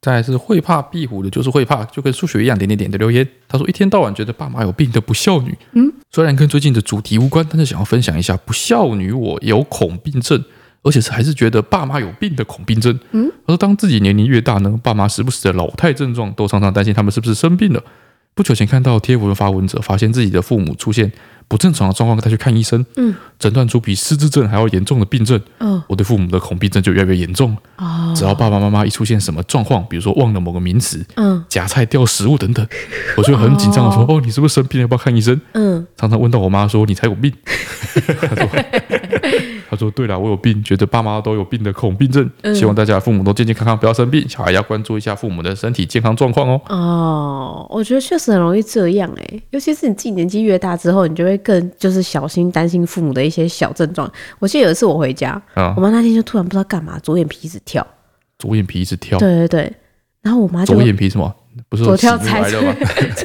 再来是会怕壁虎的，就是会怕，就跟数学一样点点点的留言。他说一天到晚觉得爸妈有病的不孝女，嗯，虽然跟最近的主题无关，但是想要分享一下不孝女我有恐病症，而且是还是觉得爸妈有病的恐病症。嗯，他说当自己年龄越大呢，爸妈时不时的老态症状，都常常担心他们是不是生病了。不久前看到贴文发文者发现自己的父母出现不正常的状况，他去看医生，嗯，诊断出比失智症还要严重的病症。嗯，我对父母的恐病症就越来越严重了。哦，只要爸爸妈妈一出现什么状况，比如说忘了某个名词、嗯夹菜掉食物等等，我就很紧张哦的说：“哦，你是不是生病了？要不要看医生 嗯，？” 常常问到我妈说：“你才有病。”她说：“他说：“对了，我有病，觉得爸妈都有病的恐病症，嗯希望大家的父母都健健康康，不要生病。小孩要关注一下父母的身体健康状况哦。哦，我觉得确实很容易这样哎、尤其是你自己年纪越大之后，你就会更就是小心担心父母的一些小症状。我记得有一次我回家，啊我妈那天就突然不知道干嘛，左眼皮一直跳，左眼皮一直跳，对对对，然后我妈就哦左眼皮什么？不是左喜跳怒财哀乐吗？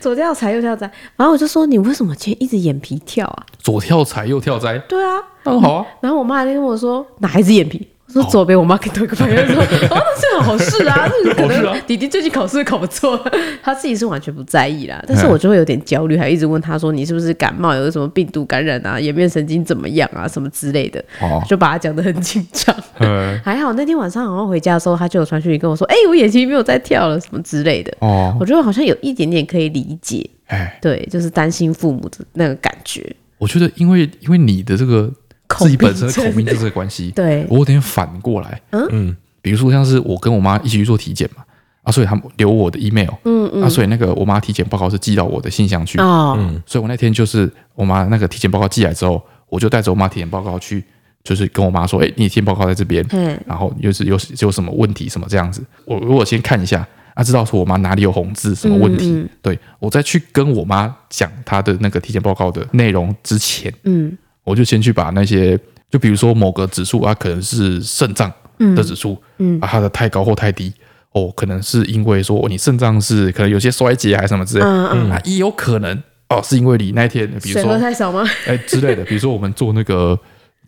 左跳财右跳财，然后我就说你为什么今天一直眼皮跳啊？ 左跳财，右跳灾，对啊，那很好 啊。然后我妈还在跟我说哪一只眼皮？我说哦左边。我妈跟多一个朋友 说，哦，这好事啊，这可好事啊能弟弟最近考试考不错。 她自己是完全不在意啦，但是嗯我就会有点焦虑，还一直问她说你是不是感冒，有什么病毒感染啊，颜面神经怎么样啊，什么之类的，哦就把她讲得很紧 张。呃，还好那天晚上好像回家的时候，她就有传讯息跟我说，哎、我眼睛没有在跳了，什么之类的。哦，我觉得好像有一点点可以理解，哎，对，就是担心父母的那个感觉。我觉得因为因为你的这个恐自己本病身的症口病就是个关系， 对我有点反过来，嗯嗯，比如说像是我跟我妈一起去做体检嘛，啊，所以他们留我的 email，嗯嗯，啊，所以那个我妈体检报告是寄到我的信箱去，哦，所以我那天就是我妈那个体检报告寄来之后，我就带着我妈体检报告去，就是跟我妈说，哎、你体检报告在这边，嗯然后又是有有什么问题什么这样子，我如果先看一下，啊，知道说我妈哪里有红字什么问题，对我再去跟我妈讲她的那个体检报告的内容之前，嗯，我就先去把那些，就比如说某个指数啊，可能是肾脏的指数，嗯，啊，它的太高或太低。哦，可能是因为说哦你肾脏是可能有些衰竭还是什么之类的，嗯嗯啊，也有可能哦，是因为你那一天比如水喝说太少吗？哎之类的，比如说我们做那个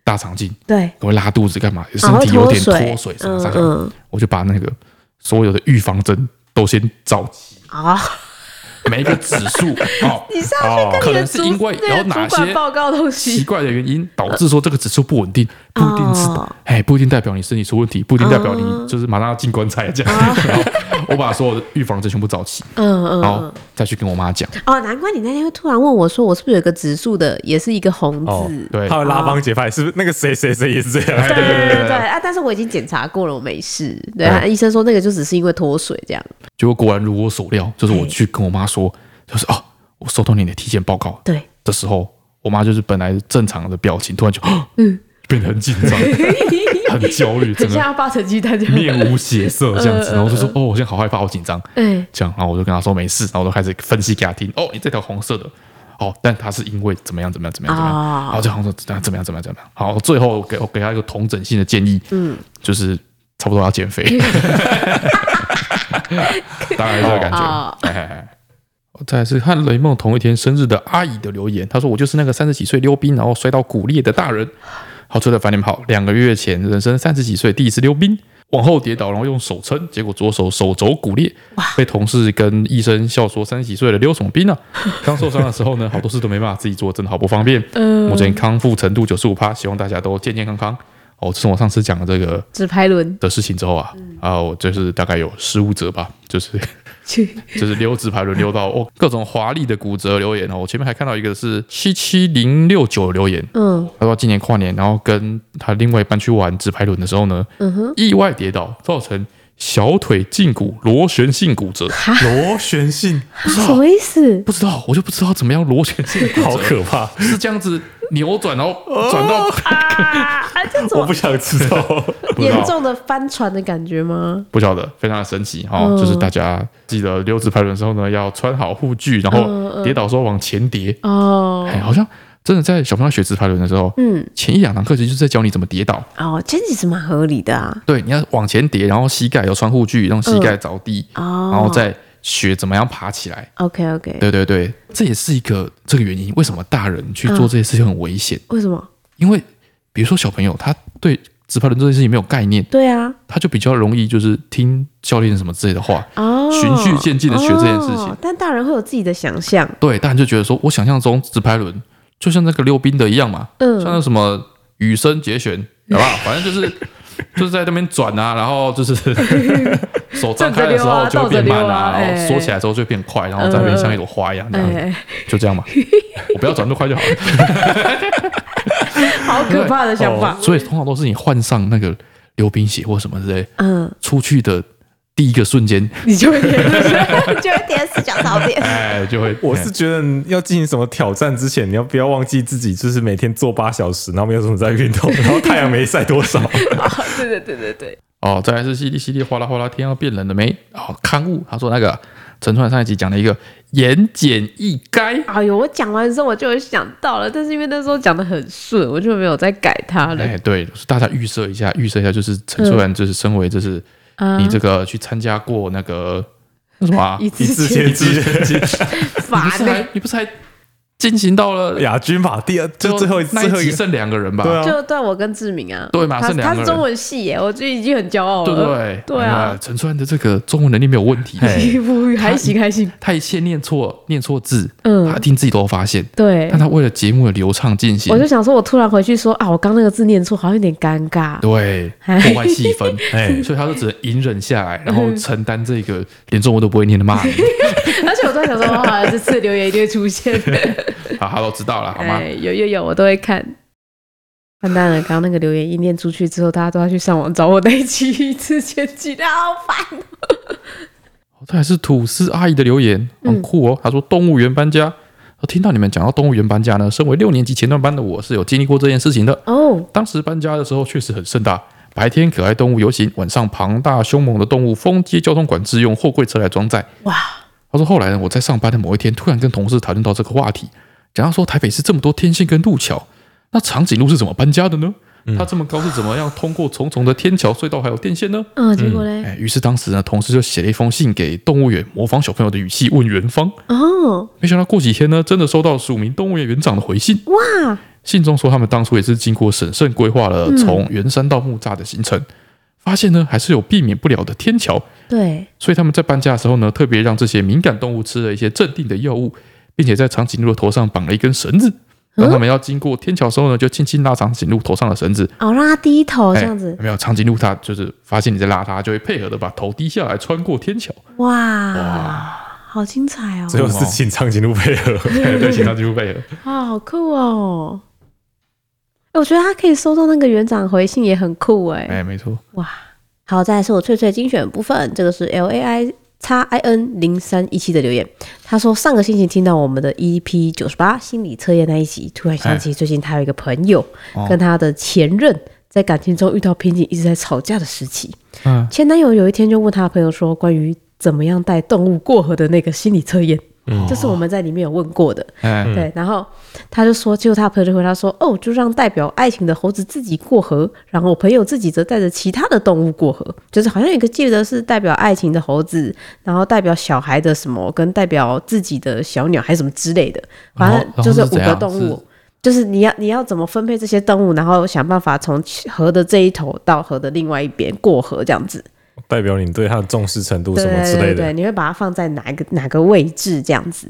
大肠镜，对，我会拉肚子干嘛，身啊会体有点脱水脱水什么啥嗯的，嗯我就把那个所有的预防针都先找齐，啊、每一个指数 哦， 你上去跟可你的能是主因为那有个哪主些管报告东奇西，怪的原因导致说这个指数不稳定，不一定是哦，哎，不一定代表你身体出问题，不一定代表哦你就是马上要进棺材这样。 然后我把所有的预防针全部找齐，嗯嗯嗯然后哦再去跟我妈讲，哦，难怪你那天会突然问我说，我是不是有一个指数的，也是一个红字。哦对他，会拉帮结派，是不是？那个谁谁谁也是这样，哎对对对对啊！但是我已经检查过了，我没事。对，嗯啊医生说那个就只是因为脱水这样。结果果然如我所料，就是嗯我去跟我妈说，就是哦，我收到你的体检报告对，的时候，我妈就是本来正常的表情，突然就嗯变得很紧 张，很焦虑，整很个像要八成鸡蛋这样。面无血色这样子，然后我就嗯说哦，我现在好害怕，好紧张，哎，这样，然后我就跟她说没事，然后我就开始分析给她听，哦，你这条红色的。哦，但她是因为怎么样怎么样怎么样怎么样，哦然后就红色怎么样怎么样怎么样怎么样，好，最后我给我给她一个同整性的建议，嗯，就是差不多要减肥，大概是这个感觉。哦哎哎哎再来是和雷梦同一天生日的阿姨的留言，她说：“我就是那个三十几岁溜冰然后摔到骨裂的大人。”好，车的凡你们好，两个月前人生三十几岁第一次溜冰，往后跌倒，然后用手撑，结果左手手肘骨裂，被同事跟医生笑说三十几岁了溜什么冰啊！ 刚受伤的时候呢，好多事都没办法自己做，真的好不方便。目前康复程度九十五趴，希望大家都健健康康。哦，自从我上次讲的这个直拍轮，的事情之后啊，啊，我就是大概有十五折吧，就是去就是溜直排轮溜到哦，各种华丽的骨折留言哦。我前面还看到一个是七七零六九留言，嗯，他说今年跨年，然后跟他另外一半去玩直排轮的时候呢，嗯意外跌倒，造成小腿胫骨螺旋性骨折。螺旋性 什么意思？不知道，我就不知道怎么样螺旋性骨折，好可怕，是这样子扭转，然后转到、哦啊，这我种不想知道。不知严道重的翻船的感觉吗？不晓得，非常的神奇哈、哦嗯就是大家记得溜直排轮的时候呢，要穿好护具，然嗯后跌倒的时候往前跌。哦哎、好像真的在小朋友学直排轮的时候，嗯，前一两堂课其实就是在教你怎么跌倒。哦，其实其实蛮合理的啊。对，你要往前跌，然后膝盖有穿护具，让膝盖着地，哦，然后再学怎么样爬起来。 OK OK，对对对，这也是一个这个原因，为什么大人去做这些事情很危险？为什么？因为比如说小朋友他对直排轮这件事情没有概念，对啊，他就比较容易就是听教练什么之类的话，哦，循序渐进地学这件事情哦但大人会有自己的想象，对，大人就觉得说，我想象中直排轮就像那个溜冰的一样嘛，嗯像那什么羽生 结弦，好不好？反正就是就是在那边转啊，然后 就是手张开的时候就会变慢站着溜啊然后哎缩起来之后就会变快，然后在那边像一朵花一样，这样子哎，就这 样嘛。我不要转那么快就好了。好可怕的哦想法。所以通常都是你换上那个溜冰鞋或什么之类，嗯，出去的第一个瞬间， 你嗯就会点就会点死角槽点。哎，就会我是觉得你要进行什么挑战之前，你要不要忘记自己就是每天做八小时，然后没有什么在运动，然后太阳没晒多少。 啊！对对对对对，哦，再来是淅沥淅沥哗啦哗啦，天要变冷了没？哦，刊物他说那个陈川上一集讲了一个言简意赅，哎呦，我讲完之后我就有想到了，但是因为那时候讲的很顺，我就没有再改它了。哎，对，大家预设一下，预设一下，就是陈虽然就是身为就是啊你这个去参加过那个那什么啊，一你一字字千千金，不法是律还你不是还进行到了亚军吧，第二就最后一那最一后一集个，剩两个人吧？对啊，就对我跟志明啊，哦对嘛他剩两他个人是中文系耶，我就已经很骄傲对不了。对？对啊哎陈川的这个中文能力没有问题， 嘿对，还行还行，他一切念错念错字，嗯他一定自己都发现，对但。他为了节目的流畅进行我，就想说，我突然回去说啊，我刚那个字念错，好像有点尴尬。对哎破坏气氛，哎，所以他就只能隐忍下来，然后承担这个连中文都不会念的骂名。 而且我突然想说，哇，这次留言一定会出 现。好，他啊都知道了，好吗哎，？有有有，我都会看。完蛋了，刚刚那个留言一念出去之后，大家都要去上网找我那一期一次前期的， 好烦。哦这还是吐司阿姨的留言，很酷哦。她说动物园搬家，我听到你们讲到动物园搬家呢，身为六年级前段班的我是有经历过这件事情的。哦，当时搬家的时候确实很盛大，白天可爱动物游行，晚上庞大凶猛的动物封街交通管制，用货柜车来装载。哇！他说后来呢，我在上班的某一天，突然跟同事讨论到这个话题，讲到说台北市这么多天线跟路桥，那长颈鹿是怎么搬家的呢？它这么高是怎么样通过重重的天桥、隧道还有电线呢？嗯，结果嘞，哎，于是当时呢，同事就写了一封信给动物园，模仿小朋友的语气问园方。哦，没想到过几天呢，真的收到署名动物园园长的回信。哇，信中说他们当初也是经过审慎规划了从圆山到木栅的行程，发现呢还是有避免不了的天桥，对，所以他们在搬家的时候呢，特别让这些敏感动物吃了一些镇定的药物，并且在长颈鹿的头上绑了一根绳子。当他们要经过天桥的时候呢，就轻轻拉长颈鹿头上的绳子，哦，让他低头哎这样子，没有长颈鹿它就是发现你在拉它，它就会配合的把头低下来穿过天桥。哎哇，好精彩哦，最后是请长颈鹿配合。哎对，请长颈鹿配合。啊，好酷哦。哎我觉得他可以收到那个园长回信也很酷哎、哎，没错，哇，好，再来是我翠翠精选部分，这个是 L A I 叉 I N 零三一七的留言，他说上个星期听到我们的 E P 九十八心理测验那一集，突然想起最近他有一个朋友哦跟他的前任在感情中遇到瓶颈，一直在吵架的时期，嗯，前男友有一天就问他朋友说关于怎么样带动物过河的那个心理测验，就是我们在里面有问过的，哎，对，嗯然后他就说，结果他朋友就回答说，哦，就让代表爱情的猴子自己过河，然后我朋友自己则带着其他的动物过河，就是好像有一个记得是代表爱情的猴子，然后代表小孩的什么，跟代表自己的小鸟还是什么之类的，反然后正哦就是然后是五怎个样动是物。就是你要你要怎么分配这些动物，然后想办法从河的这一头到河的另外一边过河这样子。代表你对他的重视程度对什么之对类对的对，。你会把它放在哪一个哪个位置这样子？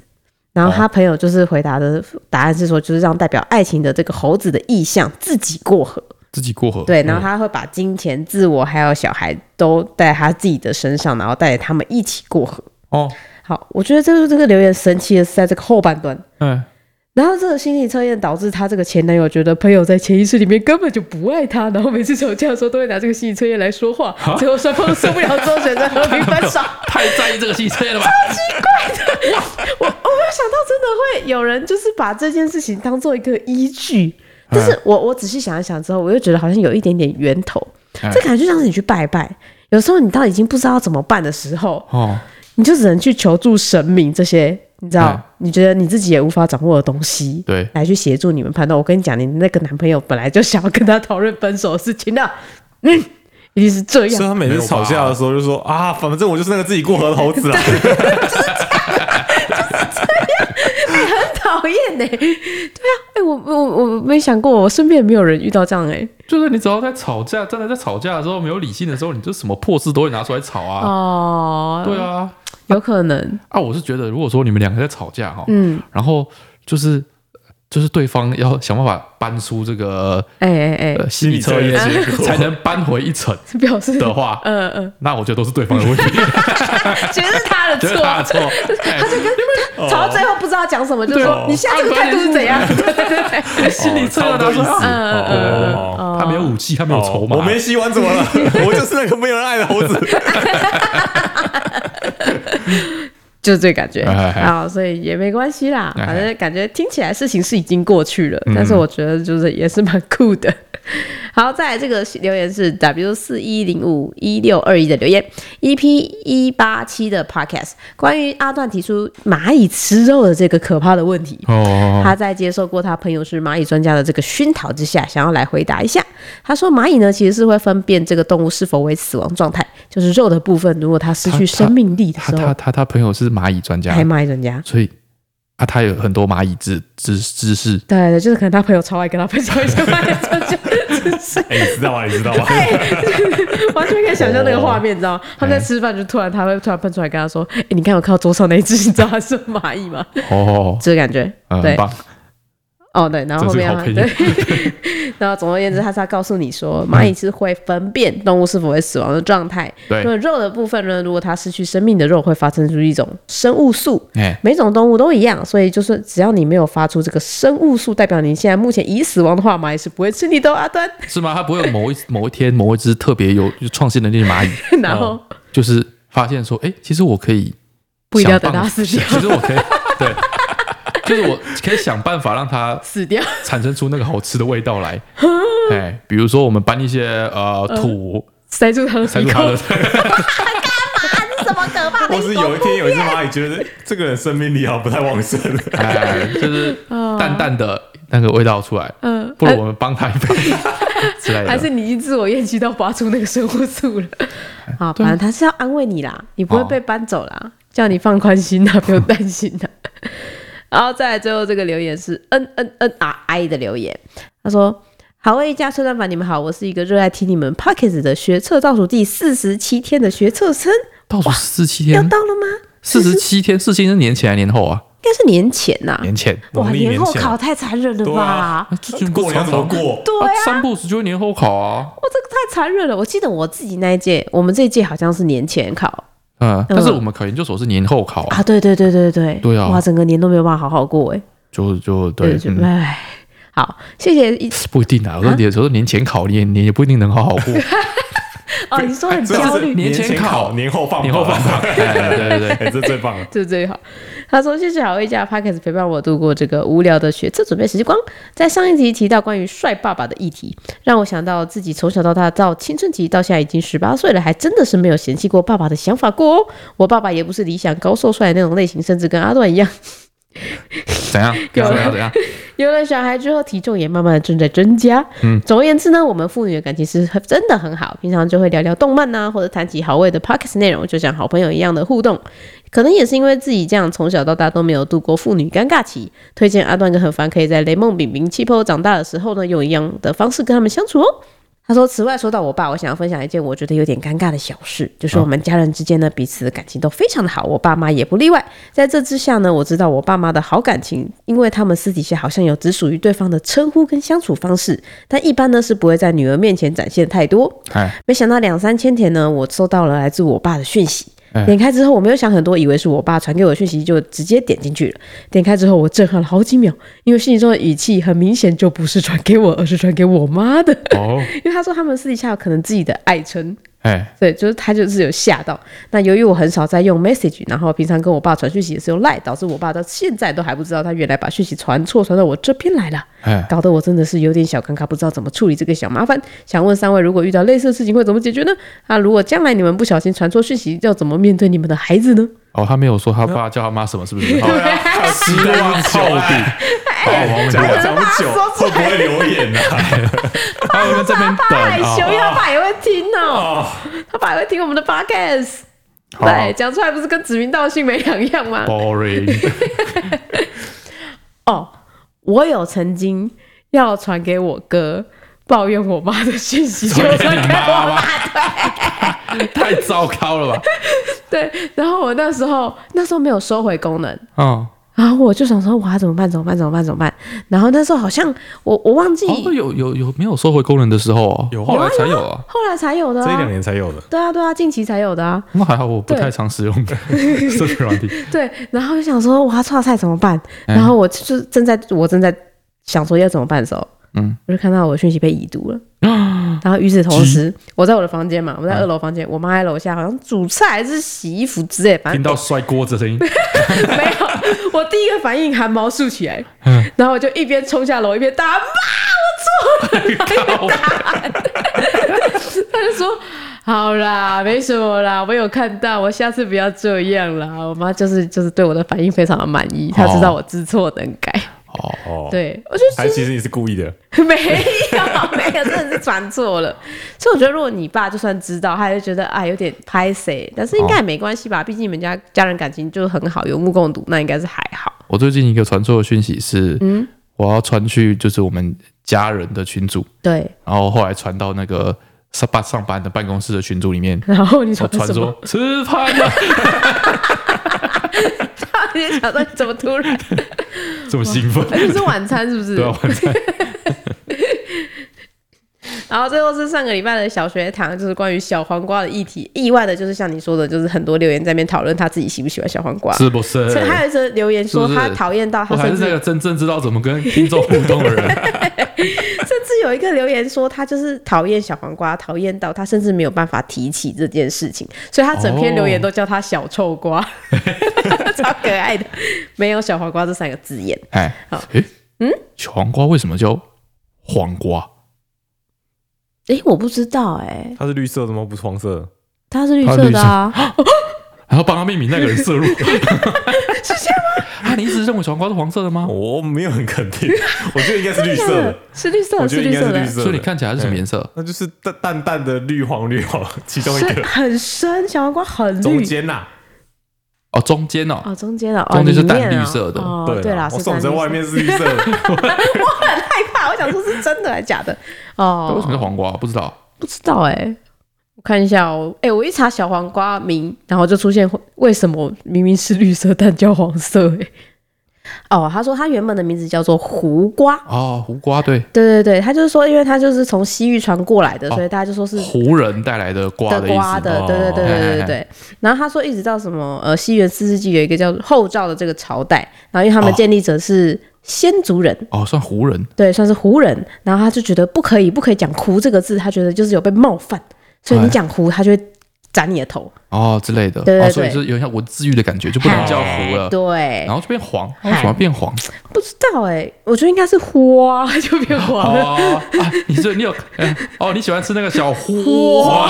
然哦后他朋友就是回答的答案是说，就是让代表爱情的这个猴子的意象自己过河。自己过河。对，嗯然后他会把金钱、自我还有小孩都带他自己的身上，然后带着他们一起过河。哦，好，我觉得这个这个留言神奇的是在这个后半段。嗯，然后这个心理测验导致她这个前男友觉得朋友在潜意识里面根本就不爱她，然后每次吵架的时候都会拿这个心理测验来说话，最后双方都受不了之后选择和平分手。太在意这个戏车了吧？我我哦没有想到，真的会有人就是把这件事情当做一个依据。嗯但是我我仔细想一想之后，我又觉得好像有一点点源头。嗯这感觉就像是你去拜拜，有时候你到已经不知道怎么办的时候，哦，你就只能去求助神明这些，你知道嗯，你觉得你自己也无法掌握的东西，对来去协助你们判断。我跟你讲，你那个男朋友本来就想要跟他讨论分手的事情的，嗯，一定是这所以样。他每次吵架的时候就说啊，反正我就是那个自己过河的猴子啦。啊 讨厌呢，对啊，哎、我我我没想过，我身边也没有人遇到这样哎、就是你只要在吵架，真的在吵架的时候没有理性的时候，你就什么破事都会拿出来吵啊。哦，对啊，有可能，啊，我是觉得如果说你们两个在吵架哈，嗯，然后就是就是对方要想办法搬出这个哎哎哎，呃心理测验结果，才能搬回一层这表示，的话， 嗯嗯，那我觉得都是对方的问 题，觉得是他的觉得他的错，错。哎吵到最后不知道讲什么，就对说哦你下这个态度是怎样？心理测验拿差不多出意来思啊嗯嗯哦嗯，他没有武器，他没有筹码，哦我没洗碗怎么 了？我就是那个没有人爱的猴子。就是这个感觉哎哎哎啊，所以也没关系啦，哎哎反正感觉听起来事情是已经过去了，但是我觉得就是也是蛮酷的。好，再来这个留言是 W 四一零五一六二一的留言，EP 一八七的 Podcast，关于阿段提出蚂蚁吃肉的这个可怕的问题。哦哦，哦他在接受过他朋友是蚂蚁专家的这个熏陶之下，想要来回答一下。他说，蚂蚁呢其实是会分辨这个动物是否为死亡状态，就是肉的部分，如果它失去生命力的他时他候，他他朋友是蚂蚁专家还，蚂蚁专家。所以啊，他有很多蚂蚁知知知识，对对，就是可能他朋友超爱跟他分享一些蚂 蚁专家知识，哎，你知道吗？你知道吗？完全可以想象那个画面，你知道吗？他们在吃饭，就突然他会突然喷出来跟他说：“哎，你看我看到桌上那一只，你知道它是蚂蚁吗哦？”，这个感觉，嗯对很，棒，哦，对，然后后面真是好他配对， 然后总而言之，他是要告诉你嗯说，蚂蚁是会分辨动物是否会死亡的状态。对那肉的部分呢，如果它失去生命的肉，会发生出一种生物素。哎，每种动物都一样，所以就是只要你没有发出这个生物素，代表你现在目前已死亡的话，蚂蚁是不会吃你的哦。阿端， 是吗？他不会有某一某一天某一只特别有创新能力的蚂蚁，然后就是发现说，哎，其实我可以不一定要想等办它死掉 其实我可以对，就是我可以想办法让它死掉，产生出那个好吃的味道 来，哎，比如说我们搬一些呃土塞住它的塞鼻入它孔的，什么可怕的 或一是种有一天有一只蚂蚁觉得哎这个人生命力好像不太旺盛， 哎，就是 淡淡的那个味道出来，嗯，不如我们帮他一 把之类还是的。你已经自我厌弃到拔出那个生物素 了？好，啊反正他是要安慰你啦，你不会被哦搬走啦，叫你放宽心啦，不用担心啦。 然后再来最后这个留言是 N N N R I 啊的留言，他说：“好味一家车站版，你们好，我是一个热爱听你们 p o c k e t 的学测倒数第四十七天的学测生，倒数四十七嗯要天，到了吗？四十七天，四十七天是年前还是年后啊？应该是年前呐、年前，哇，农历年年后前啊考太残忍了对吧？啊这就过年怎么过？对啊，三不五时就会年后考啊。哇，这个太残忍了！我记得我自己那一届，我们这一届好像是年前考嗯，但是我们考研究所是年后考啊，啊，对对对对对，对啊哇，整个年都没有办法好好过哎，就就对，就嗯唉，好，谢谢一不一定啊。我说你有时候年前考，你也你也不一定能好好 过。哦，你说很所以焦是虑，年年前前考考，年后放，啊年后放榜，哎 对对对， 哎，这最 棒了。这最好。他说：“谢谢好味家 p a c k e s 陪伴我度过这个无聊的学测准备时光。在上一集提到关于帅爸爸的议题，让我想到自己从小到大到青春期到现在已经十八岁了，还真的是没有嫌弃过爸爸的想法过哦。我爸爸也不是理想高瘦帅的那种类型，甚至跟阿段一样， 怎样？怎有样？怎样？有了小孩之后，体重也慢慢的正在增加。嗯，总而言之呢，我们父女的感情是真的很好，平常就会聊聊动漫啊呐、或者谈起好味的 podcast 内容，就像好朋友一样的互动。可能也是因为自己这样从小到大都没有度过父女尴尬期，推荐阿段跟何凡可以在雷梦、饼饼、气泡长大的时候呢，用一样的方式跟他们相处哦。他说：“此外，说到我爸，我想要分享一件我觉得有点尴尬的小事，就是我们家人之间呢，彼此的感情都非常的好，我爸妈也不例外。在这之下呢，我知道我爸妈的好感情，因为他们私底下好像有只属于对方的称呼跟相处方式，但一般呢是不会在女儿面前展现太多。哎，没想到两三千天呢，我收到了来自我爸的讯息哎。点开之后，我没有想很多，以为是我爸传给我的讯息，就直接点进去了。点开之后，我震撼了好几秒，因为信中的语气很明显就不是传给我，而是传给我妈的。哦， 因为他说他们私底下有可能自己的爱称，哎，对，就是他就是有吓到。那由于我很少在用 message，然后平常跟我爸传讯息也是用 line，导致我爸到现在都还不知道他原来把讯息传错，传到我这边来了，哎，搞得我真的是有点小尴尬，不知道怎么处理这个小麻烦。想问三位，如果遇到类似的事情会怎么解决呢？啊，如果将来你们不小心传错讯息，要怎么面对你们的孩子呢？哦，他没有说他爸叫他妈什么，是不哦是？对啊，失望透 顶，好，哦我们哎讲讲了讲不久，会不会留言呢？啊他们这边爸害等羞，啊，他爸也会听哦，哦，他爸也会听我们的 podcast。好对，讲出来不是跟指名道姓没两样吗？ boring，哦，我有曾经要传给我哥抱怨我妈的讯息，就传给传你给妈我吗妈， 太糟糕了吧？对。然后我那时候那时候没有收回功能，嗯，然后我就想说，哇，怎么办？怎么办？怎么办？怎么办？然后那时候好像我我忘记，哦，有有有没有收回功能的时候啊？有啊后来才有啊。后来才有的、这一两啊。年才有的对啊，对啊，近期才有的啊。那还好，我不对太常使 用社群软体。对，然后就想说，哇，炒菜怎么办？嗯然后我就是正在我正在想说要怎么办的时候，嗯，啊我就看到我的讯息被已读了。然后与此同时，我在我的房间嘛，我嗯在二楼房间，我妈在楼下好像煮菜还是洗衣服之类，反听正到摔锅子的声 音，没有。我第一个反应汗毛竖起来，嗯然后我就一边冲下楼一边大骂：“我错了！” 靠 他就说：“好啦，没什么啦，我有看到，我下次不要这样啦。”我妈就是就是对我的反应非常的满意，她知道我知错能改。哦，哦。，对，我就还其实你是故意的，是 没有没有，真的是传错了。所以我觉得，如果你爸就算知道，他就觉得啊有点拍谁，但是应该也没关系吧，毕竟你们家家人感情就是很好，有目共睹，那应该是还好。我最近一个传错的讯息是，嗯我要传去就是我们家人的群组，对，然后后来传到那个上班上班的办公室的群组里面，然后你我说哦传什 么？说吃饭了， 你就想说你怎么突 然？这么兴奋，你是晚餐是不是？对啊，晚餐然后最后是上个礼拜的小学堂，就是关于小黄瓜的议题。意外的就是像你说的，就是很多留言在那边讨论他自己喜不喜欢小黄瓜。是不是？所以还有一则留言说是不是他讨厌到他我才甚是至那个真正知道怎么跟听众互动的 人。甚至有一个留言说他就是讨厌小黄瓜，讨厌到他甚至没有办法提起这件事情，所以他整篇留言都叫他小臭瓜，哦 超可爱的，没有小黄瓜这三个字眼。哎，诶，嗯小黄瓜为什么叫黄瓜？诶、我不知道诶、它是绿色的吗？不是黄色的，它是绿它是色绿的啊，然后帮他命名那个人摄 入，是这样吗？ 啊，你一直认为小黄瓜是黄色的吗？我没有很肯定，我觉得应该是绿色 的，啊是绿色我的，觉得应绿该色是的绿，色的，所以你看起来是什么颜色？那就是淡淡淡的绿黄绿黄其中一是个很深，小黄瓜很中绿。间呐，哦，中间哦，哦，中间的，哦中间是里面淡绿哦色的哦，对啦，啊我是手淡绿在色外面是绿色的，我很害怕， 我想说是真的还是假的？哎为什么哦，叫黄瓜？不知道。不知道哎、我看一下哦，哎、我一查小黄瓜名，然后就出现为什么明明是绿色但叫黄色哎、哦，他说他原本的名字叫做胡瓜，哦，胡瓜对，对对对，他就是说，因为他就是从西域传过来的，哦所以大家就说是胡人带来的瓜的的意瓜思。哦的，对对对对对对对。然后他说，一直到什么呃西元四世纪有一个叫后赵的这个朝代，然后因为他们哦建立者是先族人，哦，算胡人对，算是胡人。然后他就觉得不可以，不可以讲“胡”这个字，他觉得就是有被冒犯，所以你哎讲“胡”，他就会斩你的头。哦之类的。对对哦，所以对是有点像文字狱的感觉，就不能叫哎胡了。对然，后就变黄，那为什么要变黄？不知道哎、我觉得应该是花 就变黄了。哦，啊你是你有哎哦，你喜欢吃那个小胡黄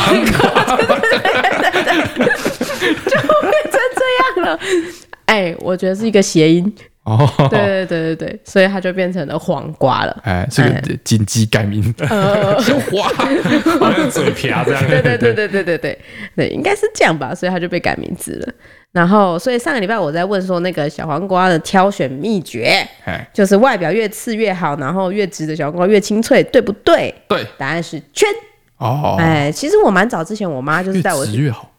变成这样了。 哎、我觉得是一个谐音，哦，对对对对对，所以它就变成了黄瓜了。哎，是个紧急改名， 呃小花，好像嘴皮啊这样，对对对对对对对对，应该是这样吧，所以他就被改名字了。然后，所以上个礼拜我在问说那个小黄瓜的挑选秘诀，哎，就是外表越刺越好，然后越直的小黄瓜越清脆，对不对？对，答案是圈。哦，哎、其实我蛮早之前，我妈就是越带我直越好，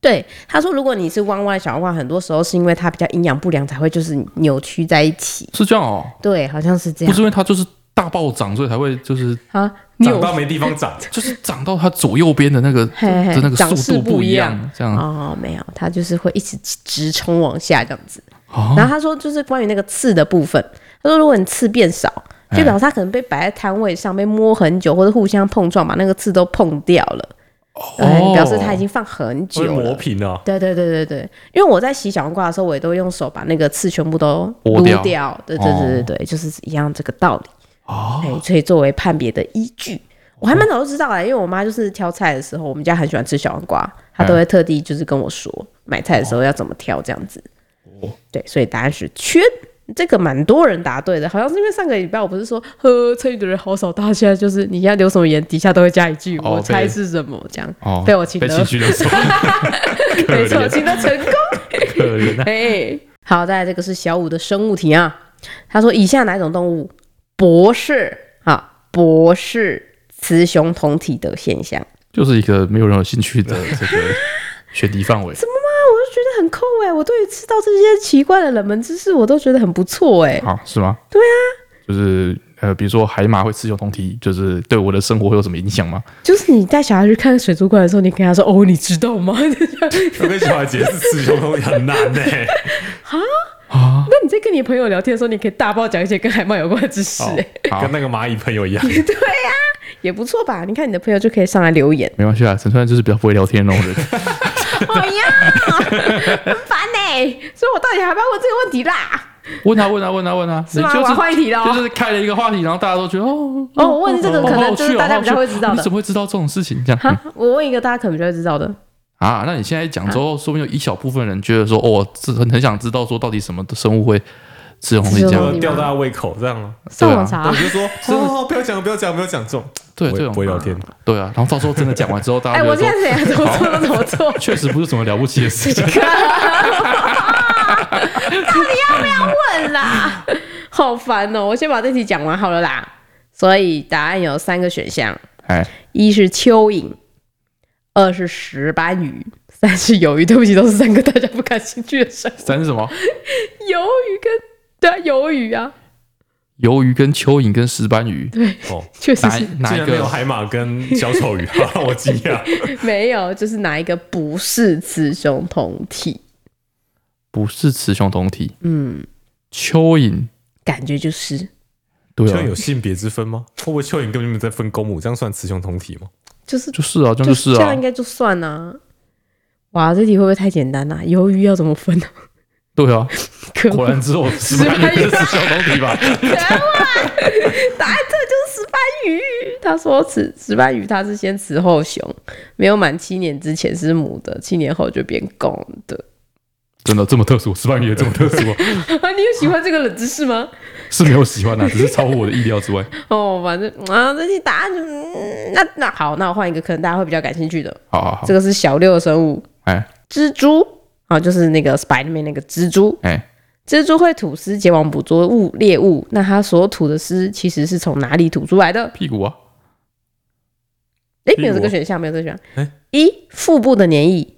对她说，如果你是弯弯的小黄瓜，很多时候是因为它比较营养不良才会就是扭曲在一起。是这样哦，对，啊好像是这不样是因为它就是大暴涨，所以才会就是啊，长扭到没地方长，就是长到它左右边的那个嘿嘿的那个长速势度不不一一样样，这样哦，没有，它就是会一直直冲往下这样子。哦然后他说，就是关于那个刺的部分，他说如果你刺变少，哎就表示他可能被摆在摊位上被摸很久，或者互相碰撞，把那个刺都碰掉了，哦对，呃表示他已经放很久哦会磨了。平啊，对对对对对，因为我在洗小黄瓜的时候，我也都用手把那个刺全部都剥撸掉哦对对对对对，就是一样这个道理。哦，所以作为判别的依据，我还蛮早就知道了，因为我妈就是挑菜的时候，我们家很喜欢吃小黄瓜，她都会特地就是跟我说买菜的哦时候要怎么挑这样子。对，所以答案是圈。这个蛮多人答对的，好像是因为上个礼拜我不是说呵参与的人好少，大家现在就是你要留什么言，底下都会加一句、哦我猜被是什么这样。哦被我请被了情绪勒索， 可没错，怜取得成功。可怜啊，哎，好，再来这个是小五的生物题啊。他说以下哪种动物博士啊博士雌雄同体的现象？就是一个没有任何兴趣的这个选题范 啊，我围，就觉得很酷哎、我对于吃到这些奇怪的冷门知识，我都觉得很不错哎、好是吗？对啊，就是呃，比如说海马会吃熊同体，就是对我的生活会有什么影响吗？就是你带小孩去看水族馆的时候，你跟他说：“哦，你知道 吗？”我跟小孩解释雌雄同体很难呢、那你在跟你朋友聊天的时候，你可以大爆讲一些跟海猫有关的知识、哎， 好。跟，那个蚂蚁朋友一样。也不错吧？你看你的朋友就可以上来留言没关系啊，陈川就是比较不会聊天那种人。 哎呀， 很烦哎、所以我到底还要不要问这个问题啦？问啊问啊问啊问啊，是吗你就我是要换一题了哦就是开了一个话题，然后大家都觉得哦哦我问这个哦可能好有就是趣哦大家好有比较趣会知道的你怎么会知道这种事情？这样哈，我问一个大家可能就会知道的。啊？那你现在讲之后，说不定有一小部分人觉得说，哦，这很很想知道说到底什么生物会吃红吃这红样利就。吊大家胃口这样啊，上网查、我就说哦，不要讲，不要讲，不要讲这种，对不对会，不会聊天，对啊。然后到时候真的讲完之后，大哎、家觉我得现说，，在怎样怎么做都怎么做确实不是什么了不起 的事情。笨啦，好烦哦、我先把这题讲完好了啦。所以答案有三个选项：哎，一是蚯蚓，二是石斑鱼，三是鱿鱼。对不起，都是三个大家不感兴趣的生物。三是什么？鱿鱼跟对啊，鱿鱼啊，鱿鱼跟蚯蚓跟石斑鱼， 确实哪是哦哪竟一然没有个？海马跟小丑鱼， 哈哈我惊讶。没有，就是哪一个不是雌雄同体？不是雌雄同体，嗯，蚯蚓感觉就是 对蚯蚓啊有，性别之分吗？会不会蚯蚓根本就没有在分公母，这样算雌雄同体吗？就是就是啊，这样就是这啊样应，该就算啊。哇，这题会不会太简单啦、 鱿鱼要怎么分呢、啊？ 对啊。可果恶然只有石斑鱼是雌雄同体吧？答案这就是石斑鱼。他说雌石斑鱼它是先雌后雄，没有满七年之前是母的，七年后就变公的。 真的这么特殊？石斑鱼也这么特殊、啊？啊，你有喜欢这个冷知识吗？ 是没有喜欢的、啊只是超乎我的意料之外。哦，反正啊，这题答案就、嗯、那那好，那我换一个可能大家会比较感兴趣的，好好好这，个是小六的生物哎蜘蛛啊，就是那个 Spiderman 那个蜘蛛。哎，蜘蛛会吐丝前往捕捉物猎物，那它所吐的丝其实是从哪里吐出来的？屁股啊，诶，屁股没有这个选项，没有这个选项。诶一腹部的粘液，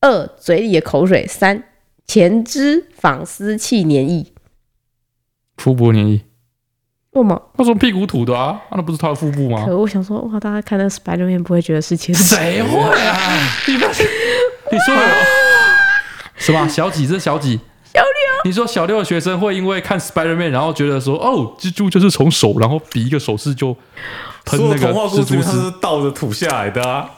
二嘴里的口水，三前肢仿丝器粘液。腹部粘液，为什么？那从屁股吐的啊，啊那不是他的腹部吗？可我想说，哇，大家看那 Spiderman 不会觉得是前 肢？谁会啊？你不是你说的什么？小几？这是小几？小六你说小六的学生会因为看 Spider Man，然后觉得说哦，蜘蛛就是从手，然后比一个手势就喷所有那个童话蜘故事蛛它丝，是倒着吐下来的啊，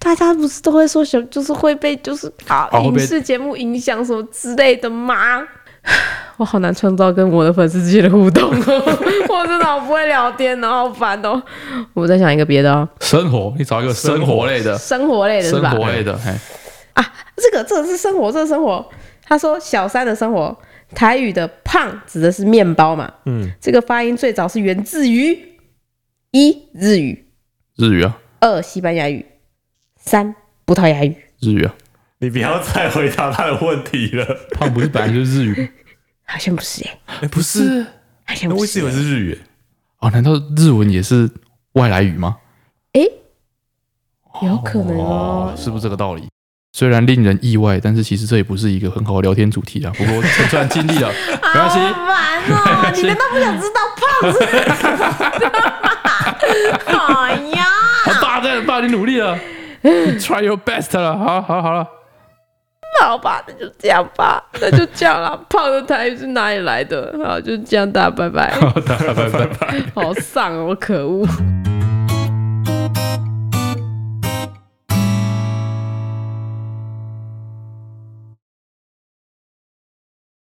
大家不是都会说小，就是会被就是啊啊会影被视节目影响什么之类的吗？ 我好难创造跟我的粉丝之间的互动哦， 我真的好不会聊天哦，好烦哦。我再想一个别的哦，生活，你找一个生活类的，生活类的是生吧？活类的，哎，啊，这个这个是生活，这个生活。他说小三的生活，台语的胖指的是面包嘛？嗯，这个发音最早是源自于一日语，日语啊，二西班牙语，三葡萄牙语。日语啊，你不要再回答他的问题了。胖不是本来就是日语，好像不是哎、哎，不是，好像那不我一直是以为是日语。哦，难道日文也是外来语吗？哎、有可能哦。是不是这个道理？虽然令人意外，但是其实这也不是一个很好的聊天主题啊。不过陈川尽力了，啊没关系。好烦 哦！你难道不想知道胖子？ 哎呀，好爸，真的爸，你努力了 You，try your best 了。好好好了，好吧，那就这样吧，那就这样啦。胖的台语是哪 里来的？好，就这样，大家拜拜。好的，拜拜拜拜。好丧哦，可恶！